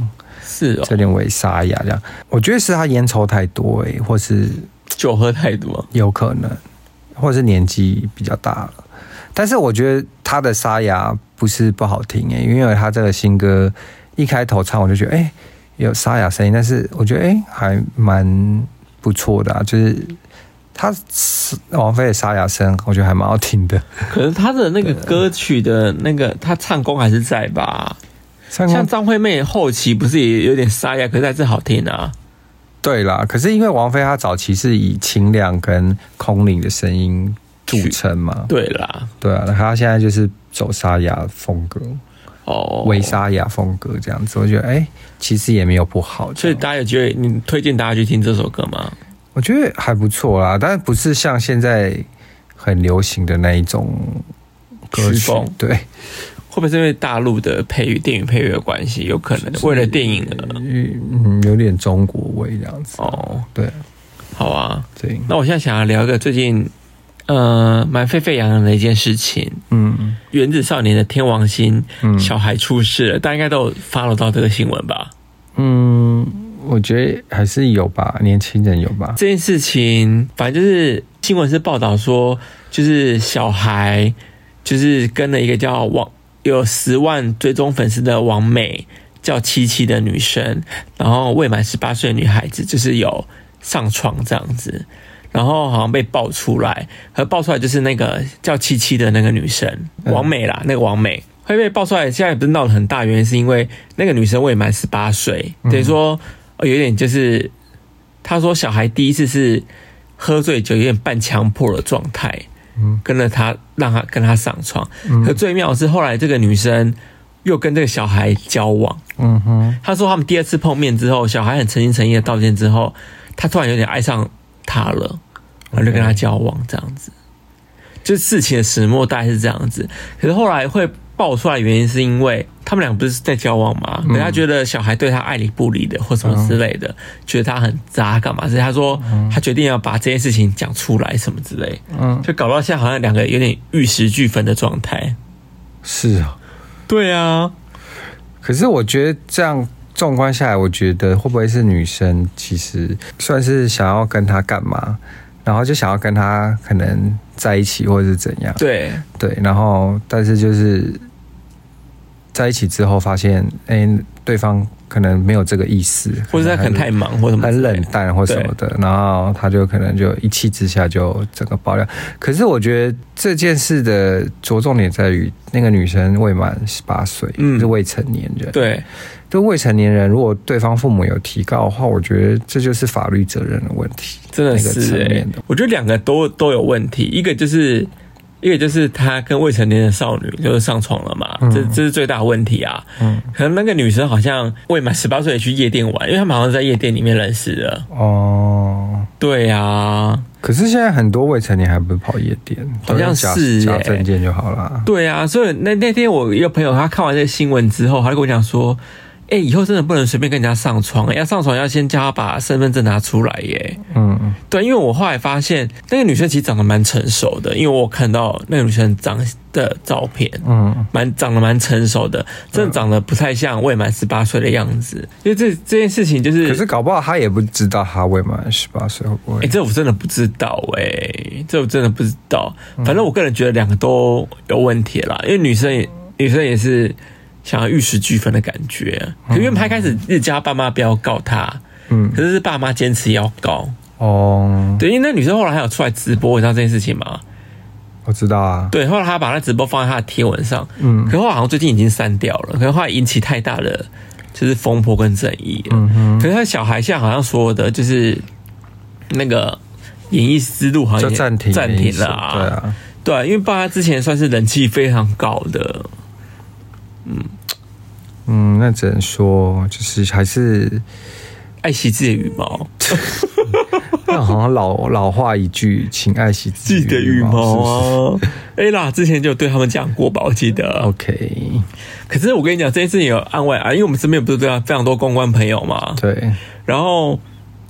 是哦有，点为沙哑这样。我觉得是他烟抽太多诶、或是酒喝太多，有可能，或是年纪比较大了。但是我觉得他的沙哑不是不好听诶、因为他这个新歌一开头唱我就觉得诶、有沙哑声音，但是我觉得诶、还蛮不错的啊，就是他王菲的沙哑声，我觉得还蛮好听的。可是他的那个歌曲的那个他唱功还是在吧？像像张惠妹后期不是也有点沙哑，可是还是好听啊。对啦，可是因为王菲她早期是以清亮跟空灵的声音著称嘛，对啦，对啊，那她现在就是走沙哑风格。哦，微。沙哑风格这样子，我觉得哎、其实也没有不好，所这以样大家有机会，你推荐大家去听这首歌吗？我觉得还不错啦，但不是像现在很流行的那一种歌曲曲风，对，会不会是因为大陆的配乐、电影配乐的关系？有可能为了电影而嗯，有点中国味这样子，哦，对好啊。对，那我现在想要聊一个最近呃蛮沸沸扬扬的一件事情，嗯《原子少年》的天王星嗯小孩出事了，大家应该都有 follow 到这个新闻吧？嗯，我觉得还是有吧，年轻人有吧，这件事情，反正就是新闻是报道说，就是小孩就是跟了一个叫王有十万追踪粉丝的王美叫七七的女生，然后未满十八岁的女孩子就是有上床这样子，然后好像被爆出来，和爆出来就是那个叫七七的那个女生王美啦，那个王美。会被爆出来，现在不是闹得很大，原因是因为那个女生未满十八岁，等于说、呃有点就是，她说小孩第一次是喝醉酒，有点半强迫的状态，嗯跟着她让她跟她上床。可嗯最妙的是后来这个女生又跟这个小孩交往，嗯哼，她说他们第二次碰面之后，小孩很诚心诚意的道歉之后，她突然有点爱上他了，然后就跟他交往这样子。就是事情的始末大概是这样子，可是后来会爆出来的原因是因为他们俩不是在交往嘛，可是他觉得小孩对他爱理不理的或什么之类的，觉得他很渣干嘛，所以他说他决定要把这件事情讲出来什么之类，嗯，就搞到现在好像两个有点玉石俱焚的状态。是啊。对啊，可是我觉得这样纵观下来，我觉得会不会是女生其实算是想要跟他干嘛，然后就想要跟他可能在一起或者是怎样？对，对，然后但是就是在一起之后发现，哎、对方可能没有这个意思，或者他可能太忙或什么之很类的冷淡或什么的，然后他就可能就一气之下就整个爆料。可是我觉得这件事的着重点在于那个女生未满十八岁，嗯是未成年人。，对，就未成年人，如果对方父母有提告的话，我觉得这就是法律责任的问题。真的是、那个欸层面的我觉得两个都都有问题，一个就是一个就是她跟未成年的少女就是上床了嘛，这这是最大的问题啊。嗯，可能那个女生好像未满十八岁去夜店玩，因为他们好像在夜店里面认识的。哦。对啊，可是现在很多未成年还不是跑夜店，好像是都用假欸假证件就好啦。对啊，所以那那天我一个朋友他看完这个新闻之后，他就跟我讲说。哎、以后真的不能随便跟人家上床、哎要上床要先叫他把身份证拿出来耶、嗯，对，因为我后来发现那个女生其实长得蛮成熟的，因为我看到那个女生长的照片，嗯蛮长得蛮成熟的，真的长得不太像未满十八岁的样子。因为这这件事情就是，可是搞不好他也不知道他未满十八岁会不会哎、。这我真的不知道哎、这我真的不知道。反正我个人觉得两个都有问题啦，因为女生也女生也是想要玉石俱焚的感觉。可因为她一开始日家爸妈不要告她，嗯可是是爸妈坚持要告。哦，对，因为那女生后来还有出来直播，你知道这件事情吗？我知道啊。对，后来她把那直播放在她的贴文上，嗯可是后来好像最近已经删掉了，可能后来引起太大的就是风波跟争议了。嗯哼，可是他小孩现在好像说的就是那个演艺之路好像就也暂停暂的意停思了、对，啊，对，因为爸爸之前算是人气非常高的，嗯，那只能说就是还 是爱惜自己的羽毛，那好像老老话一句，请爱惜自自己己的的羽羽毛。是哦毛啊。A 啦，之前就有对他们讲过吧，我记得。不是 OK，可是我跟你讲，这件事情有案外啊，因为我们身边不是对他非常多公关朋友嘛，对，然后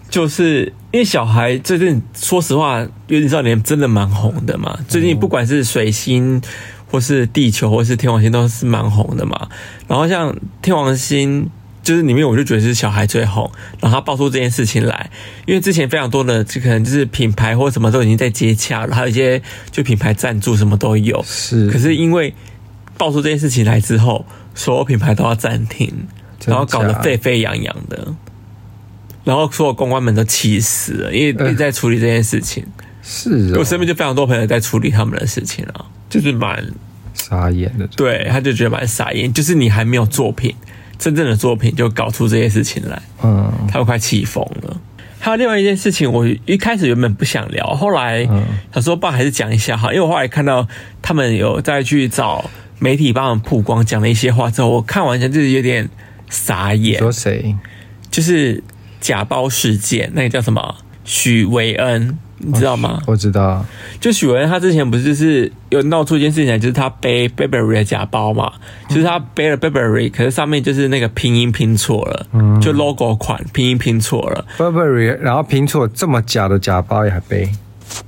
就是因为小孩最近，说实话，有点少年真的蛮红的嘛。最近不管是水星，或是地球，或是天王星，都是蛮红的嘛。然后像天王星。就是里面我就觉得是小孩最红，然后他爆出这件事情来，因为之前非常多的这可能就是品牌或什么都已经在接洽了，还有一些就品牌赞助什么都有，是。可是因为爆出这件事情来之后，所有品牌都要暂停，真然后搞得假沸沸扬扬的，然后所有公关们都气死了，因为呃一直在处理这件事情。是、我哦，身边就非常多朋友在处理他们的事情啊，就是蛮傻眼的。对，他就觉得蛮傻眼，就是你还没有作品，真正的作品就搞出这些事情来。嗯他们快气疯了。还有另外一件事情，我一开始原本不想聊，后来嗯想说爸还是讲一下哈，因为我后来看到他们有再去找媒体帮忙曝光讲了一些话之后，我看完一下就是有点傻眼，说谁？就是假包事件，那个叫什么许维哦恩，你知道吗？我知道。就许文他之前不是就是有闹出一件事情来，就是他背 Burberry 的假包嘛，嗯就是他背了 Burberry，可是上面就是那个拼音拼错了，嗯就 logo 款拼音拼错了， Burberry，然后拼错这么假的假包也还背，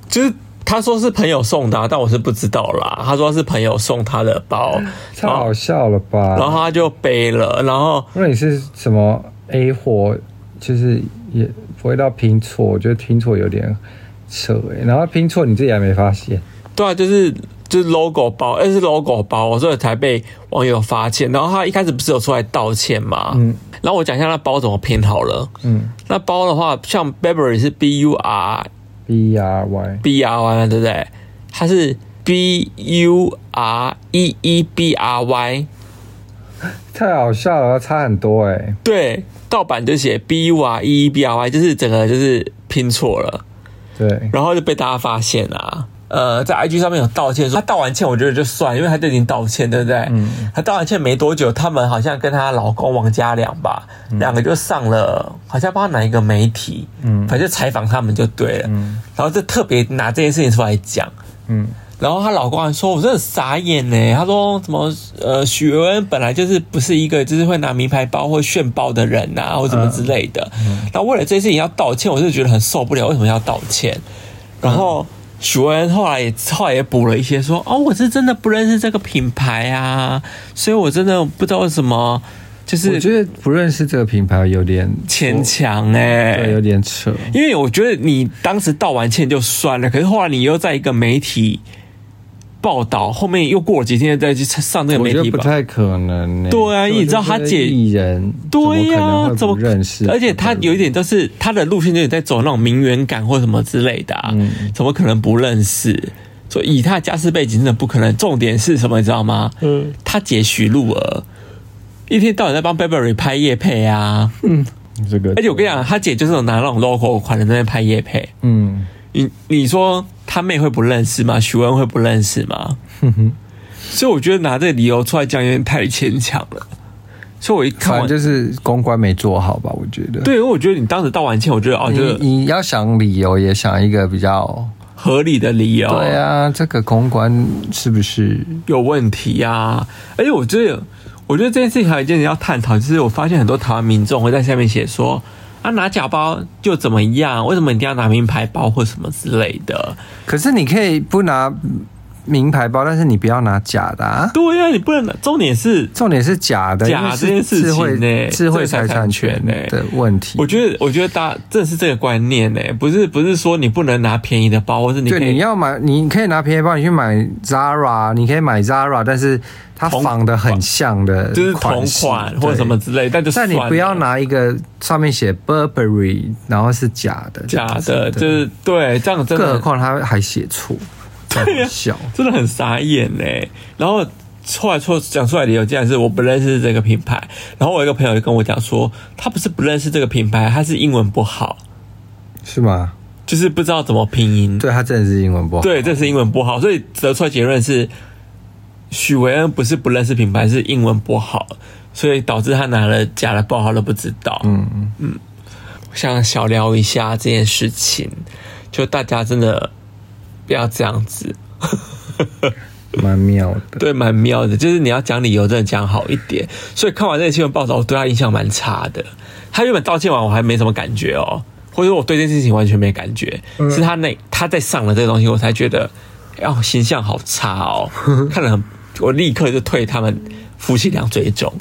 就是他说是朋友送的啊、但我是不知道啦。他说是朋友送他的包，太然后好笑了吧？哦然后他就背了，然后如果你是什么 A 货，就是也不会到拼错，我觉得拼错有点扯哎、然后拼错你自己还没发现，对啊，就是就是 logo 包，呃而是 logo 包，所以才被网友发现。然后他一开始不是有出来道歉嘛？嗯，然后我讲一下那包怎么拼好了。嗯那包的话，像 Burberry 是 B U R ，B R Y， B R Y，对不对？它是 B U R E E B R Y，太好笑了，差很多哎、对，盗版就写 B U R E E B R Y，就是整个就是拼错了，对，然后就被大家发现啊。呃，在 IG 上面有道歉说他道完歉，我觉得就算，因为他都已经道歉，对不对？嗯。他道完歉没多久，他们好像跟她老公王家良吧，两个就上了，好像不知道哪一个媒体，嗯，反正就采访他们就对了。嗯。然后就特别拿这件事情出来讲，嗯，然后她老公还说：“我真的傻眼呢。”他说：“怎么呃，许维恩本来就是不是一个就是会拿名牌包或炫包的人呐、或什么之类的。嗯然后为了这件事情要道歉，我就觉得很受不了，为什么要道歉？”然后许维恩后来也后来也补了一些说：“哦，我是真的不认识这个品牌啊，所以我真的不知道为什么就我是觉得不认识这个品牌有点牵，强哎、对，有点扯，因为我觉得你当时道完歉就算了，可是后来你又在一个媒体报道，后面又过了几天再去上那个我媒觉得体不吧。太可能、欸。对啊因为你知道他就是姐艺人，对呀、怎怎么可能会不么认识？而且他有一点就是他的路线有点在走那种名媛感或什么之类的、啊，怎么可能不认识？所以以他的家世背景真的不可能。重点是什么，你知道吗？嗯，他姐许露儿一天到晚在帮 Burberry 拍夜配 啊，这个，而且我跟你讲，他姐就是有拿那种 logo 款的在那边拍夜配。嗯，你你说他妹会不认识吗？许文会不认 识吗？所以我觉得拿这个理由出来讲有点太牵强了。所以我一看反完正，就是公关没做好吧，我觉得。对，因为我觉得你当时道完歉，我觉得哦，你觉得哦你要想理由，也想一个比较。合理的理由，对啊，这个公关是不是？有问题呀、而且我觉得，我觉得这件事情还有一件事要探讨，就是我发现很多台湾民众会在下面写说。啊，拿假包就怎么样？为什么一定要拿名牌包或什么之类的？可是你可以不拿名牌包，但是你不要拿假的啊。对呀、你不能拿。重点是，重点是假的，因假为是这件事情智慧、呢智慧这才财产产权权呢的问题。我觉得，我觉得大正是这个观念呢、不是不是说你不能拿便宜的包，或是你可对，以你要买，你可以拿便宜包，你去买 Zara，你可以买 Zara，但是它同仿的很像的，就是同款或者什么。之类，但就算但了你不要拿一个上面写 Burberry，然后是假的，假这的，样子就是对这样真更何的况他还写错，啊很小。真的很傻眼呢、然后后来说讲出来的理由竟然是我不认识这个品牌，然后我有一个朋友就跟我讲说，他不是不认识这个品牌，他是英文不好，是吗？就是不知道怎么拼音。对他真的是英文不好。对，这是英文不好，所以得出来结论是，许维恩不是不认识品牌，是英文不好，所以导致他拿了假的报，他都不知道。嗯嗯，我想小聊一下这件事情，就大家真的不要这样子，蛮妙的。 对，蛮妙的，就是你要讲理由，真的讲好一点。所以看完这个新闻报道，我对他印象蛮差的。他原本道歉完，我还没什么感觉哦，或者说我对这件事情完全没感觉，是他那他在上了这个东西，我才觉得，哦，形象好差哦，看了很，我立刻就退他们夫妻俩追踪。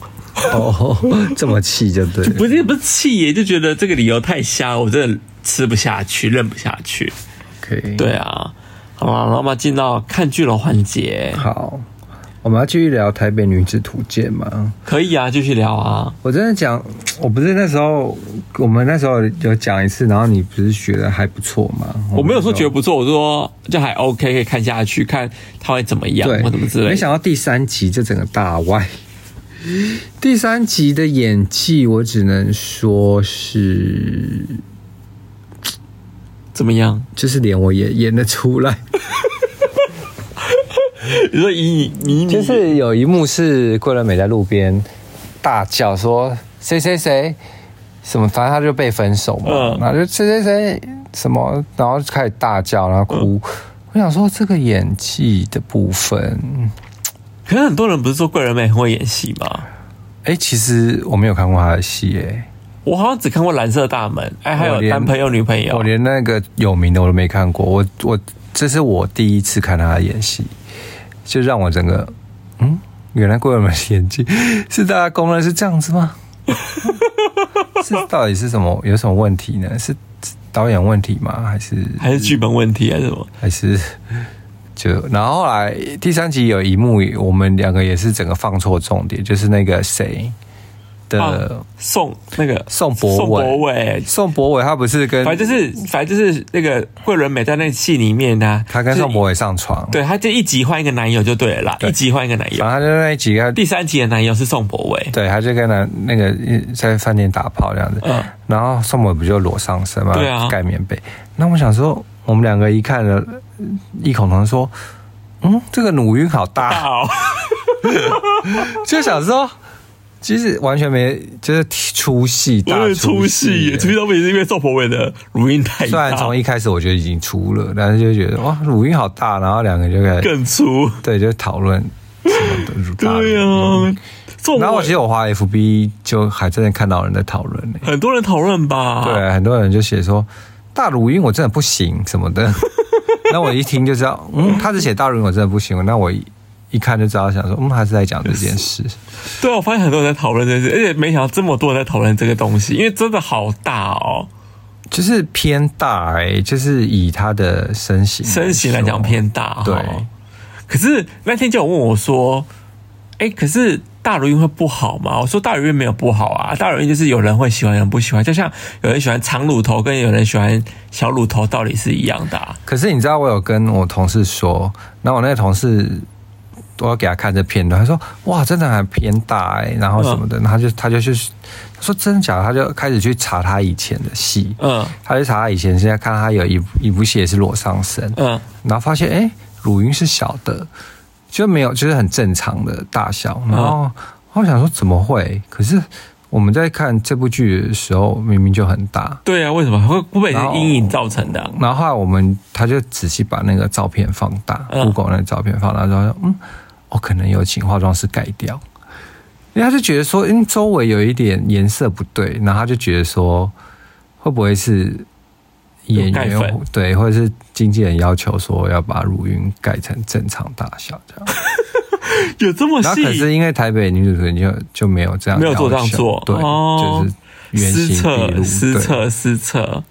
哦， 这么气就对了。不是不是气耶，就觉得这个理由太瞎，我真的吃不下去，认不下去。 OK，对啊，好了，那么进到看剧的环节，好，我们要继续聊台北女子图鉴吗？可以啊，继续聊啊。我真的讲，我不是那时候，我们那时候有讲一次，然后你不是觉得还不错吗？我没有说觉得不不错，我说就还 OK，可以看下去，看他会怎么样对，或怎么之类没的。想到第三集就整个大歪。第三集的演技，我只能说是，怎么样？就是连我也演得出来。你说以你你就是有一幕是桂纶镁在路边大叫说谁谁谁什么，反正他就被分手嘛，嗯然后就谁谁谁什么，然后就开始大叫，然后哭。我想说这个演技的部分，可是很多人不是说桂纶镁很会演戏吗？哎、其实我没有看过他的戏、我好像只看过《蓝色大门》，哎，还我有连男朋友女朋哎，友我。连那个有名的我都没看过，我我这是我第一次看他演戏，就让我整个嗯，原来桂纶镁的演技是大家公认是这样子吗？ 是到底是什么有什么问题呢？是是导演问题吗？还是还是剧本问题还是什么？还是就然后后来第三集有一幕，我们两个也是整个放错重点，就是那个谁的啊宋那个宋博伟宋博伟，宋博伟，他不是跟反正就是反正就是那个桂纶镁在那戏里面呢、他跟就是宋博伟上床，对，他就一集换一个男友就对了啦，一集换一个男友。反正他就那一集他第三集的男友是宋博伟，对，他就跟男那个在饭店打炮这样子，嗯然后宋伟不就裸上身嘛，对啊盖棉被。那我想说，我们两个一看了，异口同声说：“嗯，这个乳晕好大。好， 就想说，其实完全没，就是出戏，我大有点出出戏耶，出耶戏到不行，是因为宋博伟的乳晕太虽然大，从一开始我觉得已经出了，但是就觉得哇，乳晕好大，然后两个就开始更粗。对，就讨论什么的乳大乳对晕。啊，宋然后博我其伟实我滑 FB 就还真的看到人在讨论呢、很多人讨论吧？对，很多人就写说大乳晕我真的不行什么 的。那我一听就知道，嗯，他是写大乳晕我真的不行。那我一一看就知道，想说，嗯，他是在讲这件事。对，啊我发现很多人在讨论这件事，而且没想到这么多人在讨论这个东西，因为真的好大哦，就是偏大哎、就是以他的身形身形来讲说偏大、哦。对，可是那天就有问我说：“哎、可是大乳晕会不好吗？”我说：“大乳晕没有不好啊，大乳晕就是有人会喜欢，有人不喜欢，就像有人喜欢长乳头，跟有人喜欢小乳头道理是一样的、啊。可是你知道，我有跟我同事说，然后我那个同事，我要给他看这片段，他说：“哇，真的还偏大哎、然后什么的，嗯然后他就他就去，他说真的假的，他就开始去查他以前的戏，嗯他就查他以前，现在看他有一部一部戏也是裸上身，”嗯，然后发现哎、诶乳晕是小的，就没有就是很正常的大小。然后我想说怎么会？可是我们在看这部剧的时候，明明就很大。对啊，为什么会会不会是然后阴影造成的啊、然后后来我们他就仔细把那个照片放大、g 嗯 o o g l e 那个照片放大之后说，嗯，我、可能有请化妆师改掉，因为他就觉得说，嗯，周围有一点颜色不对，然后他就觉得说，会不会是演有盖员粉对，或者是经纪人要求说要把乳晕改成正常大小这 样， 有这么然后可细？是因为台北女主角就就没有这样没有做这样要求做对，哦就是原失形毕露，策，失对策，失策。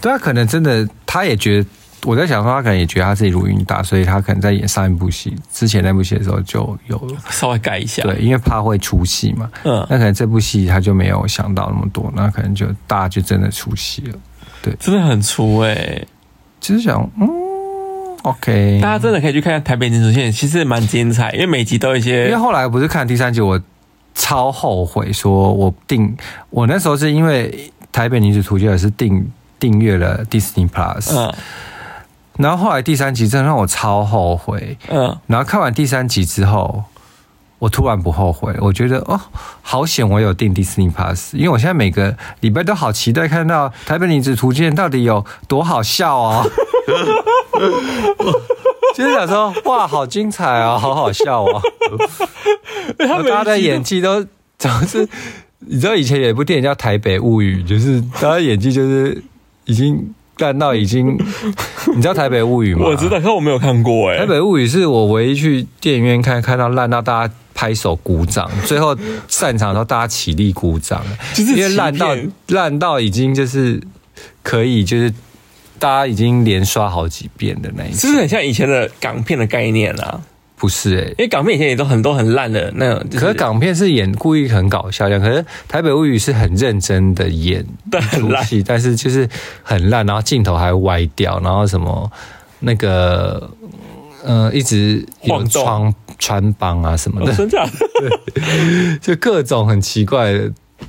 对他可能真的，他也觉得，我在想说，他可能也觉得他自己乳晕大，所以他可能在演上一部戏之前那部戏的时候就有稍微改一下。对，因为怕会出戏嘛。嗯，那可能这部戏他就没有想到那么多，那可能就大家就真的出戏了。真的很粗哎、只是想，嗯，OK。大家真的可以去看看台北女主线，其实蛮精彩，因为每集都有一因为些后来不是看第三集，我超后悔，说我订我那时候是因为《台北女子图鉴》也是订订阅了 Disney Plus，、嗯然后后来第三集真的让我超后悔。嗯然后看完第三集之后，我突然不后悔，我觉得哦，好险我有订 Disney Plus，因为我现在每个礼拜都好期待看到《台北女子图鉴》到底有多好笑哦。 就是想说，哇，好精彩哦，好好笑哦，大家的演技都总是，你知道以前有一部电影叫《台北物语》，就是大家演技就是已经淡到已 经，你知道《台北物语》吗？我知道，可我没有看过哎、台北物语是我唯一去电影院看看到烂到大家拍手鼓掌，最后散场的时候大家起立鼓掌， 就是因为烂到欺骗烂到已经就是可以就是大家已经连刷好几遍的那一是种。不是很像以前的港片的概念啊？不是哎、因为港片以前也都很多很烂的那种，就可是港片是演故意很搞笑这样，可是台北物语是很认真的 演对一很出烂戏，但是就是很烂，然后镜头还歪掉，然后什么那个呃一直有晃动穿穿帮啊什么的哦，真 假的？就各种很奇怪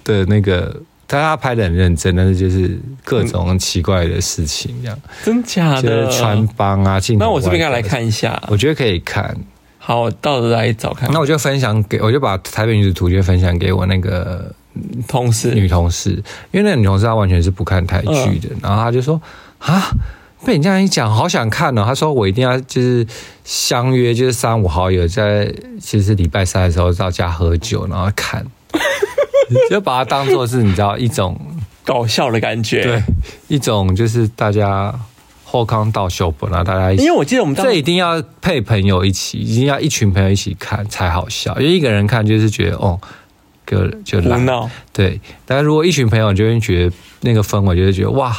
的那个，但他拍的很认真，但是就是各种很奇怪的事情，这样、真假就的？是穿帮啊，镜头那我是不是应该歪来掉？看一啊下？我觉得可以看，好，我到时候来找看。那我就分享给，我就把《台北女子图鉴》分享给我那个 同女事，同事，因为那个女同事她完全是不看台剧嗯的，然后她就说啊。被你这样一讲，好想看哦。她说我一定要就是相约，就是三五好友在，就是礼拜三的时候到家喝酒，然后看， 就把它当做是你知道一种搞笑的感觉。对，一种就是大家后康到修本啊，大家一因起为。我记得我们当这一定要配朋友一起，一定要一群朋友一起看才好笑，因为一个人看就是觉得哦，就就胡烂，闹，对。但如果一群朋友，你就会觉得那个氛围就会觉得哇，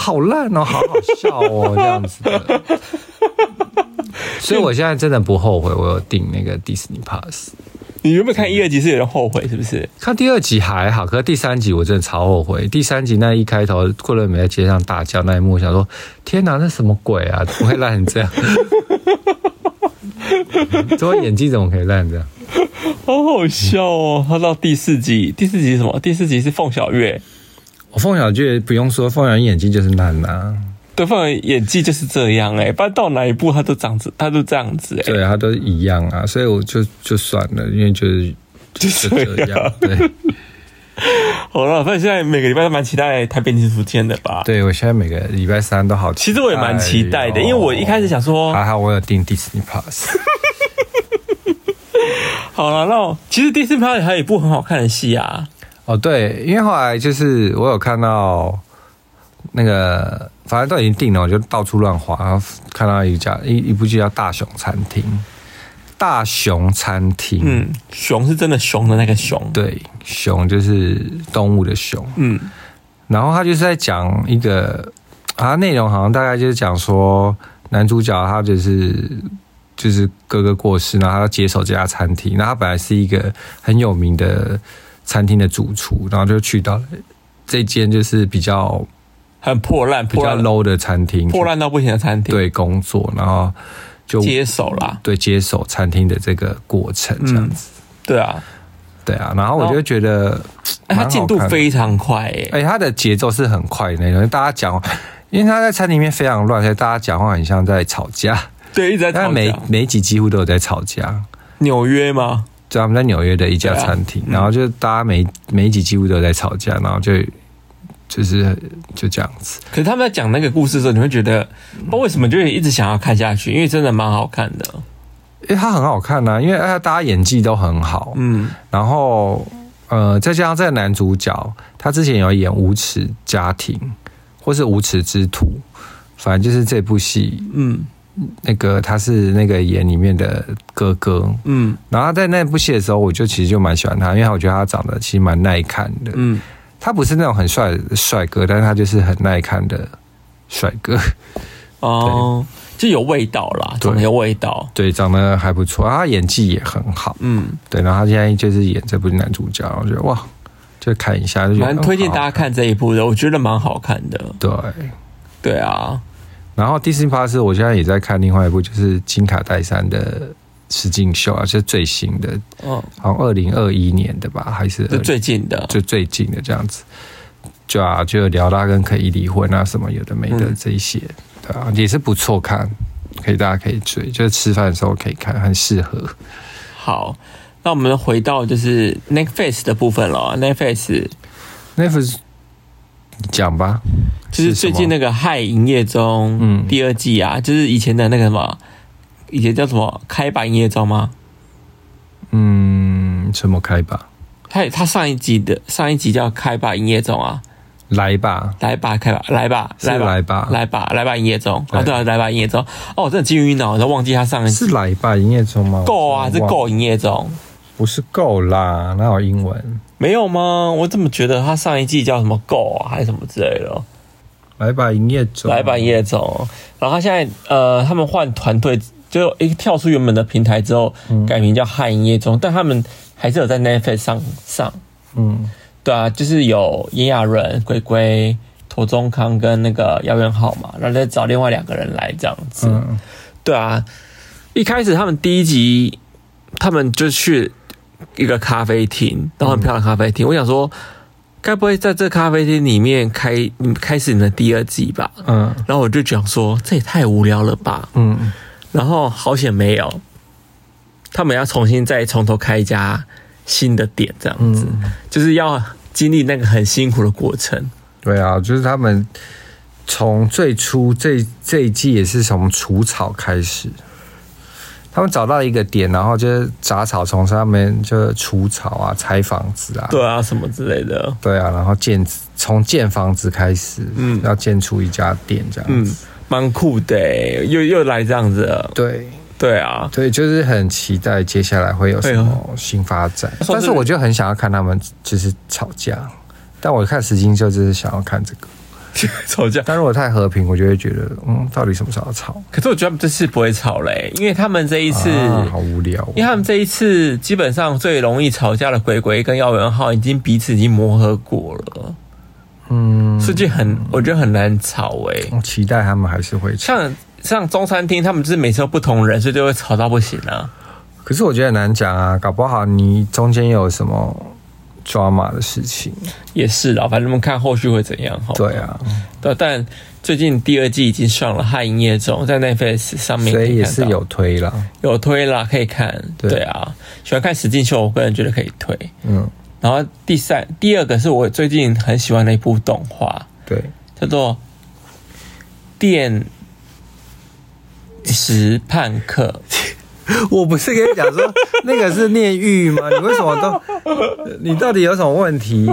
好烂哦，好好笑哦，这样子的。所以我现在真的不后悔，我有订那个 Disney Pass。你原本看一二集是有点后悔，是不是？看第二集还好，可是第三集我真的超后悔。第三集那一开头，桂纶镁在街上大叫那一幕，我想说天哪，那什么鬼啊？怎么会烂成这样？ 怎么演技怎么可以烂成这样？好好笑哦！他到第四集，第四集是什么？第四集是凤小岳，我哦凤小岳不用说，凤小岳演技就是烂啊。对凤小岳演技就是这样哎、不然到哪一部他都这样子，他都这样子哎、对啊，他都一样啊，所以我就就算了，因为就是就就就这这样 样。对，好了，反正现在每个礼拜都蛮期待台北艺术间的吧？对哎我现在每个礼拜三都好期待哦。其实我也蛮期待的，因为我一开始想说，还好我有订 Disney Plus，好了，那我其实第四票还有一部很好看的戏啊，哦，对，因为后来就是我有看到那个，反正都已经定了，我就到处乱滑，然后看到一家一一部剧叫《大熊餐厅》，大熊餐厅，嗯，熊是真的熊的那个熊，，对，熊就是动物的熊，嗯，然后他就是在讲一个，他内容好像大概就是讲说，男主角他就是就是哥哥过世，然后他要接手这家餐厅，然后他本来是一个很有名的餐厅的主厨，然后就去到了这间就是比较很破烂，比破较烂 low 的餐厅，破烂到不行的餐厅，，对工作，然后就接手啦，对接手餐厅的这个过程这样子，对啊，对啊，然后我就觉得哎它进度蛮好看的非常快哎、哎、他的节奏是很快的那种，大家讲，因为他在餐厅里面非常乱，所以大家讲话很像在吵架。对，一直在吵但每架。每一集几乎都有在吵架，纽约吗？就他们在纽约的一家对啊餐厅，嗯然后就大家每每一集几乎都有在吵架，然后就就是就这样子。可是他们在讲那个故事的时候，你会觉得，不知道为什么就会一直想要看下去，因为真的蛮好看的。因为他很好看呐、因为哎大家演技都很好，嗯，然后呃，再加上这个男主角，他之前有演《无耻家庭》或是《无耻之徒》，反正就是这部戏嗯那个他是那个演里面的哥哥，嗯然后他在那部戏的时候，我就其实就蛮喜欢他，因为我觉得他长得其实蛮耐看的。嗯，他不是那种很帅的帅哥，但是他就是很耐看的帅哥， 哦，就有味道啦，对长得有味道。对，长得还不错，然后他演技也很好，嗯，对。然后他现在就是演这部男主角，我觉得哇，就看一下就觉得蛮推荐嗯大家看这一部的，我觉得蛮好看的。好看对。对啊，然后 Disney Plus 我现在也在看另外一部，就是金卡戴珊的实境秀啊，就是最新的，嗯，好像二零二一年的吧，还是就20最近的，就最近的这样子，就啊，就有聊到跟可以离婚啊什么有的没的嗯这一些，对啊，也是不错看，可以大家可以追，就是吃饭的时候可以看，很适合。好。那我们回到就是 Netflix 的部分了，Netflix 那份讲吧，就是最近那个个《嗨营业中》嗯第二季啊，就是以前的那个什么，以前叫什么《开版营业中》吗？嗯，什么开吧，他他上一集的上一集叫《开吧营业中》啊，来吧，来吧开吧来吧是来吧来吧来吧营业中对啊对啊来吧营业中哦我真的记晕了，我都忘记他上一集是来吧营业中吗？够啊我还是真的忘够，营业中不是够啦，哪有英文？没有吗？我怎么觉得他上一季叫什么够啊还是什么之类的？来吧营业中，来吧营业中，然后他现在呃他们换团队就一跳出原本的平台之后改名叫嗨营业中，但他们还是有在 Netflix 上上。嗯，对啊，就是有炎亚纶、龟龟、陀中康跟那个姚元浩嘛，然后再找另外两个人来这样子。嗯对啊，一开始他们第一集，他们就去一个咖啡厅，然后很漂亮的咖啡厅。我想说，该不会在这咖啡厅里面开你开始你的第二季吧？嗯然后我就想说，这也太无聊了吧。嗯，然后好险没有，他们要重新再从头开一家新的店，这样子，就是要经历那个很辛苦的过程。对啊，就是他们从最初这这一季也是从除草开始，他们找到一个点，然后就是杂草丛上面就除草啊、拆房子啊，对啊，什么之类的。对啊，然后建从建房子开始，嗯要建出一家店这样嗯子，，蛮酷的欸，又又来这样子了。对。对啊， 所以就是很期待接下来会有什么新发展，哎呦但是我就很想要看他们就是吵架，但我看石金秀就是想要看这个，吵架。但如果太和平，我就会觉得，嗯，到底什么时候要吵？可是我觉得他们这次不会吵嘞、因为他们这一次，啊好无聊哦、因为他们这一次基本上最容易吵架的鬼鬼跟姚元浩已经彼此已经磨合过了，嗯，所以就很我觉得很难吵诶、我期待他们还是会吵。像像中餐厅，他们就是每次都不同人，所以就会吵到不行啊。可是我觉得很难讲啊，搞不好你中间有什么 drama 的事情。也是啦，反正我们看后续会怎样哈。对啊，对，但最近第二季已经上了《汉营业中》，在 Netflix 上面可所以看到，以也是有推啦。有推啦，可以看。对对啊，喜欢看实境秀，我个人觉得可以推。嗯，然后第三、第二个是我最近很喜欢的一部动画，对，叫做《电石判客我不是跟你讲说那个是念玉吗？你为什么都？ 你到底有什么问题？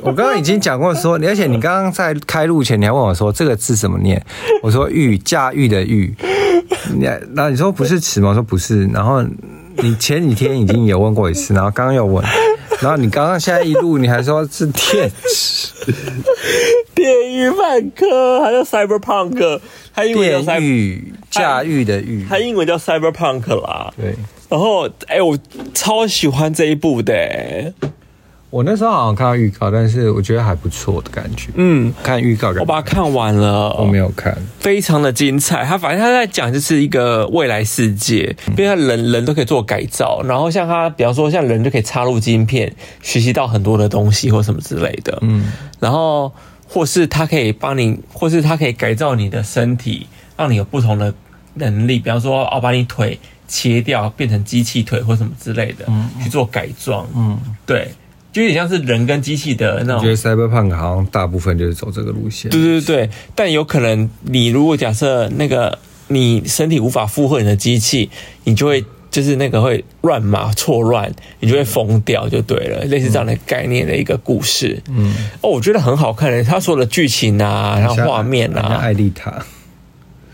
我刚刚已经讲过说，而且你刚刚在开录前你还问我说这个字怎么念，我说玉驾驭的玉，你还然后你说不是尺吗？我说不是，然后你前几天已经有问过一次，然后刚刚又问，然后你刚刚现在一录你还说是电池，》，电狱判客，还叫 Cyberpunk，它英文叫电 Cyber，玉驾驭的玉，它英文叫 Cyberpunk 啦。对。然后，哎、我超喜欢这一部的、我那时候好像看到预告，但是我觉得还不错的感觉。嗯，看预告感觉，我把它看完了，我没有看。非常的精彩。他反正他在讲就是一个未来世界，因为他人人都可以做改造，然后像他，比方说像人就可以插入晶片，学习到很多的东西或什么之类的。嗯，然后或是他可以帮你，或是他可以改造你的身体，让你有不同的能力，比方说哦，把你腿切掉变成机器腿或什么之类的，去做改装。嗯，对，就有点像是人跟机器的那我觉种得 Cyberpunk 好像大部分就是走这个路线。对对对，但有可能你如果假设那个你身体无法负荷你的机器，你就会就是那个会乱码错乱，你就会疯掉就对了，类似这样的概念的一个故事。嗯，哦，我觉得很好看的，它所有的剧情啊，然后像画面像啊，艾丽塔，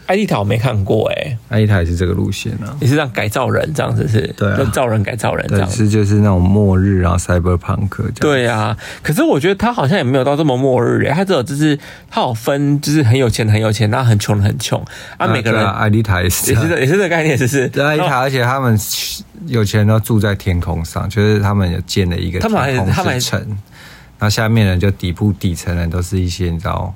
艾丽塔我没看过哎、艾丽塔也是这个路线啊。你是这样改造人这样子是？对啊就造人改造人这对样，子。是就是那种末日啊，Cyberpunk 这样。，对啊，可是我觉得他好像也没有到这么末日欸耶，他只有就是他有分，就是很有钱的很有钱，然后很穷的很穷，啊，每个人对啊艾丽塔也是也这是这哦样。 也是这个概念，就是对艾丽塔，而且他们有钱人都住在天空上，就是他们有建了一个他们还天空他们还之城，然后下面人就底部底层人都是一些你知道，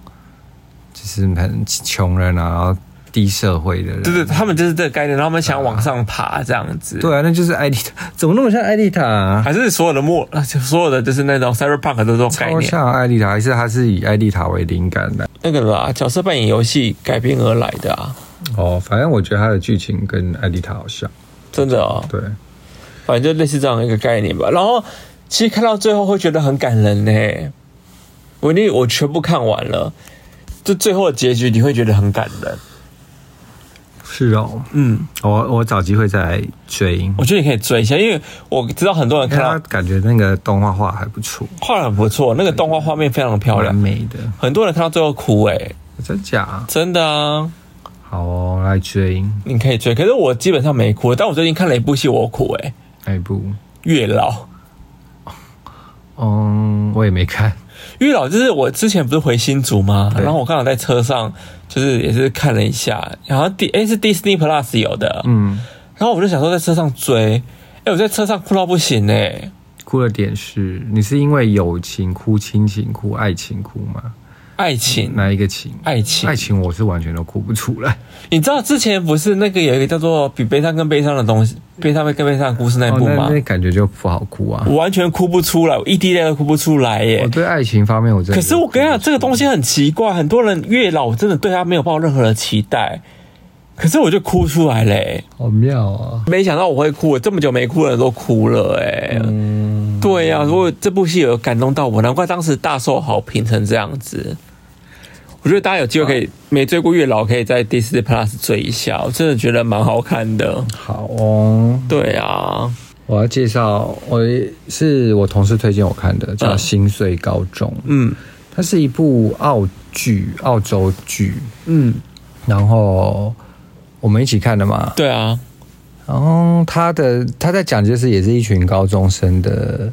就是很穷人啊，然后低社会的人。对对，他们就是这个概念，然后他们想往上爬这样子。，对啊，那就是艾丽塔，怎么那么像艾丽塔、啊？还是所有的末，啊所有的就是那种 cyberpunk 的这种概超念，像艾丽塔，还是他是以艾丽塔为灵感的？那个啦，角色扮演游戏改编而来的啊，哦，反正我觉得它的剧情跟艾丽塔好像，真的哦，对，反正就类似这样一个概念吧。然后其实看到最后会觉得很感人呢、我因为我全部看完了，就最后的结局你会觉得很感人。是哦，嗯，我我找机会再来追，因我觉得你可以追一下，因为我知道很多人为看它到感觉那个动画画还不错，画得很不错，那个动画画面非常的漂蛮亮，美的，很多人看到最后哭诶、真假？真的啊。好哦，来追你可以追，可是我基本上没哭，但我最近看了一部戏，我哭哎、欸，那一部，月老，嗯，我也没看，月老就是我之前不是回新竹吗？对然后我刚好在车上，就是也是看了一下，然后第哎、是 Disney Plus 有的，嗯，然后我就想说在车上追，哎、我在车上哭到不行哎、哭的点是你是因为友情哭、亲情哭、爱情哭吗？爱情，哪一个情？爱情嗯爱，情我是完全都哭不出来。你知道之前不是那个有一个叫做《比悲伤更悲伤的东西》，悲伤会更悲伤的故事那一哦，部那吗？那感觉就不好哭啊。我完全哭不出来，我一滴泪都哭不出来欸耶、我对爱情方面我真的可是我跟你讲，这个东西很奇怪，很多人月老我真的对他没有抱任何的期待，可是我就哭出来嘞、好妙啊！没想到我会哭，我这么久没哭的人都哭了哎、对呀、如果这部戏有感动到我，难怪当时大受好评成这样子。我觉得大家有机会可以没追过月老，可以在 Disney Plus 追一下，我真的觉得蛮好看的。好哦，对啊，我要介绍，我是我同事推荐我看的，叫嗯《心碎高中》，嗯它是一部澳剧，澳洲剧，嗯，然后我们一起看的嘛。对啊，然后他的他在讲就是也是一群高中生的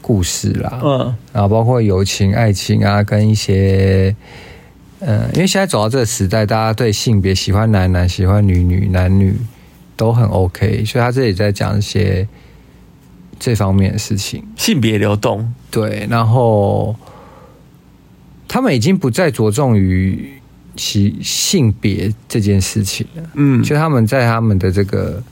故事啦，嗯啊然后包括友情、爱情啊，跟一些呃，因为现在走到这个时代，大家对性别喜欢男男、喜欢女女、男女都很 OK，所以他这里在讲一些这方面的事情。性别流动，对，然后他们已经不再着重于其性别这件事情了。嗯，就他们在他们的这个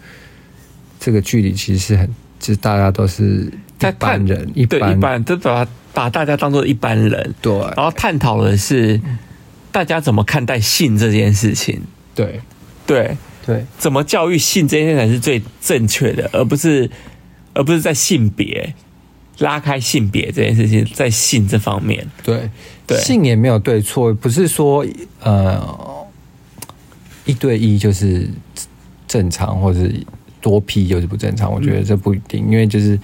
这个距离，其实是很，就是大家都是一在般探人，一对般一般人，都把把大家当做一般人，对然后探讨的是大家怎么看待性这件事情，对对，对怎么教育性这件事才是最正确的，而不是而不是在性别拉开性别这件事情，在性这方面，对对性也没有对错，不是说呃一对一就是正常，或者是多批就是不正常。我觉得这不一定，因为就是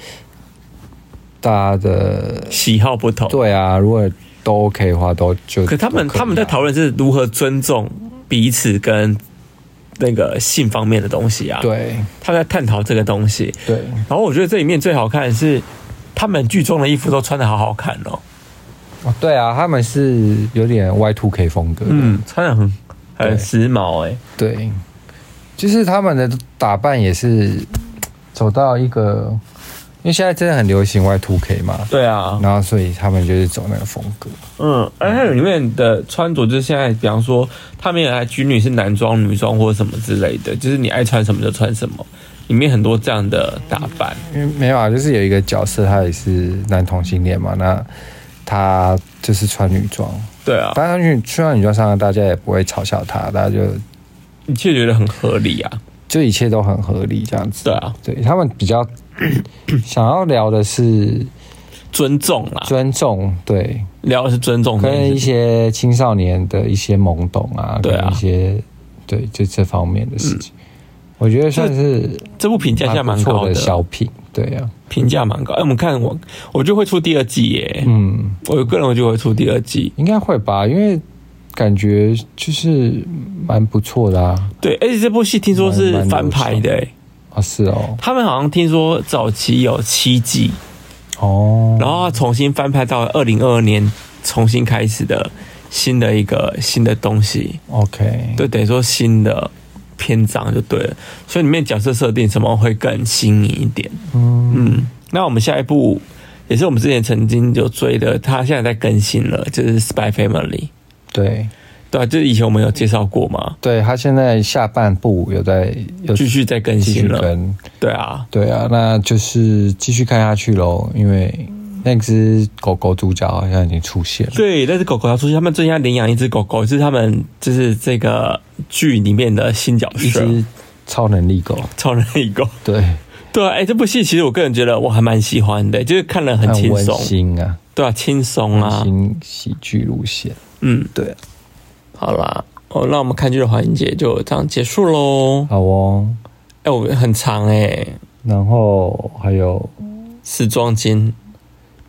大家的喜好不同，对啊，如果都 OK 的话，都就可他们都可以啊他们在讨论是如何尊重彼此跟那个性方面的东西啊，，对他们在探讨这个东西。对然后我觉得这里面最好看的是他们剧中的衣服都穿的好好看哦，哦对啊，他们是有点 Y two K 风格的，嗯，穿的很对很时髦哎、对，就是他们的打扮也是走到一个，因为现在真的很流行 Y two K 嘛，对啊，然后所以他们就是走那个风格。嗯，而且里面的穿着就是现在，比方说他们也还军女是男装、女装或者什么之类的，就是你爱穿什么就穿什么，里面很多这样的打扮，因为没有啊，就是有一个角色他也是男同性恋嘛，那他就是穿女装，对啊，当然女穿女装上，大家也不会嘲笑他，大家就你却觉得很合理啊，就一切都很合理这样子。对啊，对他们比 较想要聊的是尊重啦，尊重，对，聊的是尊重这件事跟情，一些青少年的一些懵懂啊，对啊嗯跟一些对就这方面的事情，我觉得算是这部评价现在蛮不高错的，小品，对啊，评价蛮高。哎、我们看我，我就会出第二季耶，嗯，我个人我就会出第二季，应该会吧，因为感觉就是蛮不错的啊，对，而且这部戏听说蛮是蛮翻流拍畅的耶，啊是哦，他们好像听说早期有七季，哦，然后他重新翻拍到二零二二年重新开始的新的一个新的东西， OK，就等于说新的篇章就对了。所以里面角色设定什么会更新颖一点。嗯，嗯，那我们下一步也是我们之前曾经就追的，它现在在更新了，就是《Spy Family》。对对啊，就是以前我们有介绍过嘛，对，他现在下半部有在有继续在更嗯继续新了。跟，对啊，对啊，那就是继续看下去喽，因为那只狗狗主角好像已经出现了。 对，那只狗狗要出去，他们最近要领养一只狗狗，是他们就是这个剧里面的新角一色，只超能力狗，超人一狗。对，对啊，哎、这部戏其实我个人觉得我还蛮喜欢的，就是看了很很轻温松，馨啊，对啊，轻松温啊，馨喜剧路线。嗯，对，好啦，哦，那我们看剧的环节就这样结束喽。好哦。哎、我们很长哎、然后还有时装金，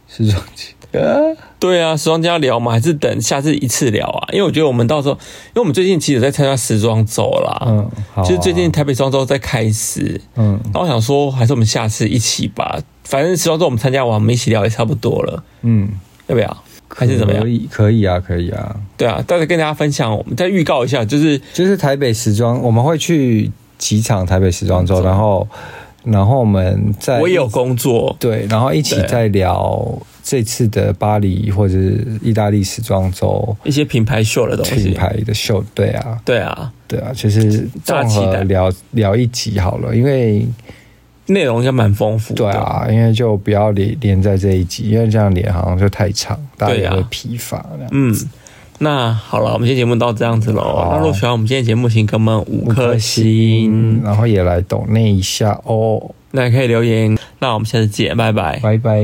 时 装机，嗯对啊，时装金要聊吗？还是等下次一次聊啊？因为我觉得我们到时候，因为我们最近其实有在参加时装周啦，哦嗯，好啊、就是最近台北时装周在开始，嗯，然后我想说还是我们下次一起吧，反正时装周我们参加完，我们一起聊也差不多了，嗯，要不要？还是怎么样可？以，可以啊，可以啊。对啊，但是跟大家分享，我们再预告一下，就是就是台北时装，我们会去几场台北时装周，然后，然后我们在嗯我也有工作，对，然后一起对再聊这次的巴黎或者是意大利时装周一些品牌秀的东品西。牌的秀，对啊，对啊，对啊，就是大家综期合待聊聊一集好了，因为内容应该蛮丰富的。对，啊，因为就不要连连在这一集，因为这样连好像就太长，大家对也啊会疲乏这样。嗯，那好了，我们今天节目到这样子喽。那如果喜欢我们今天节目，请给我们五颗嗯星，然后也来抖那一下哦，那也可以留言。那我们下次见，拜拜。拜拜。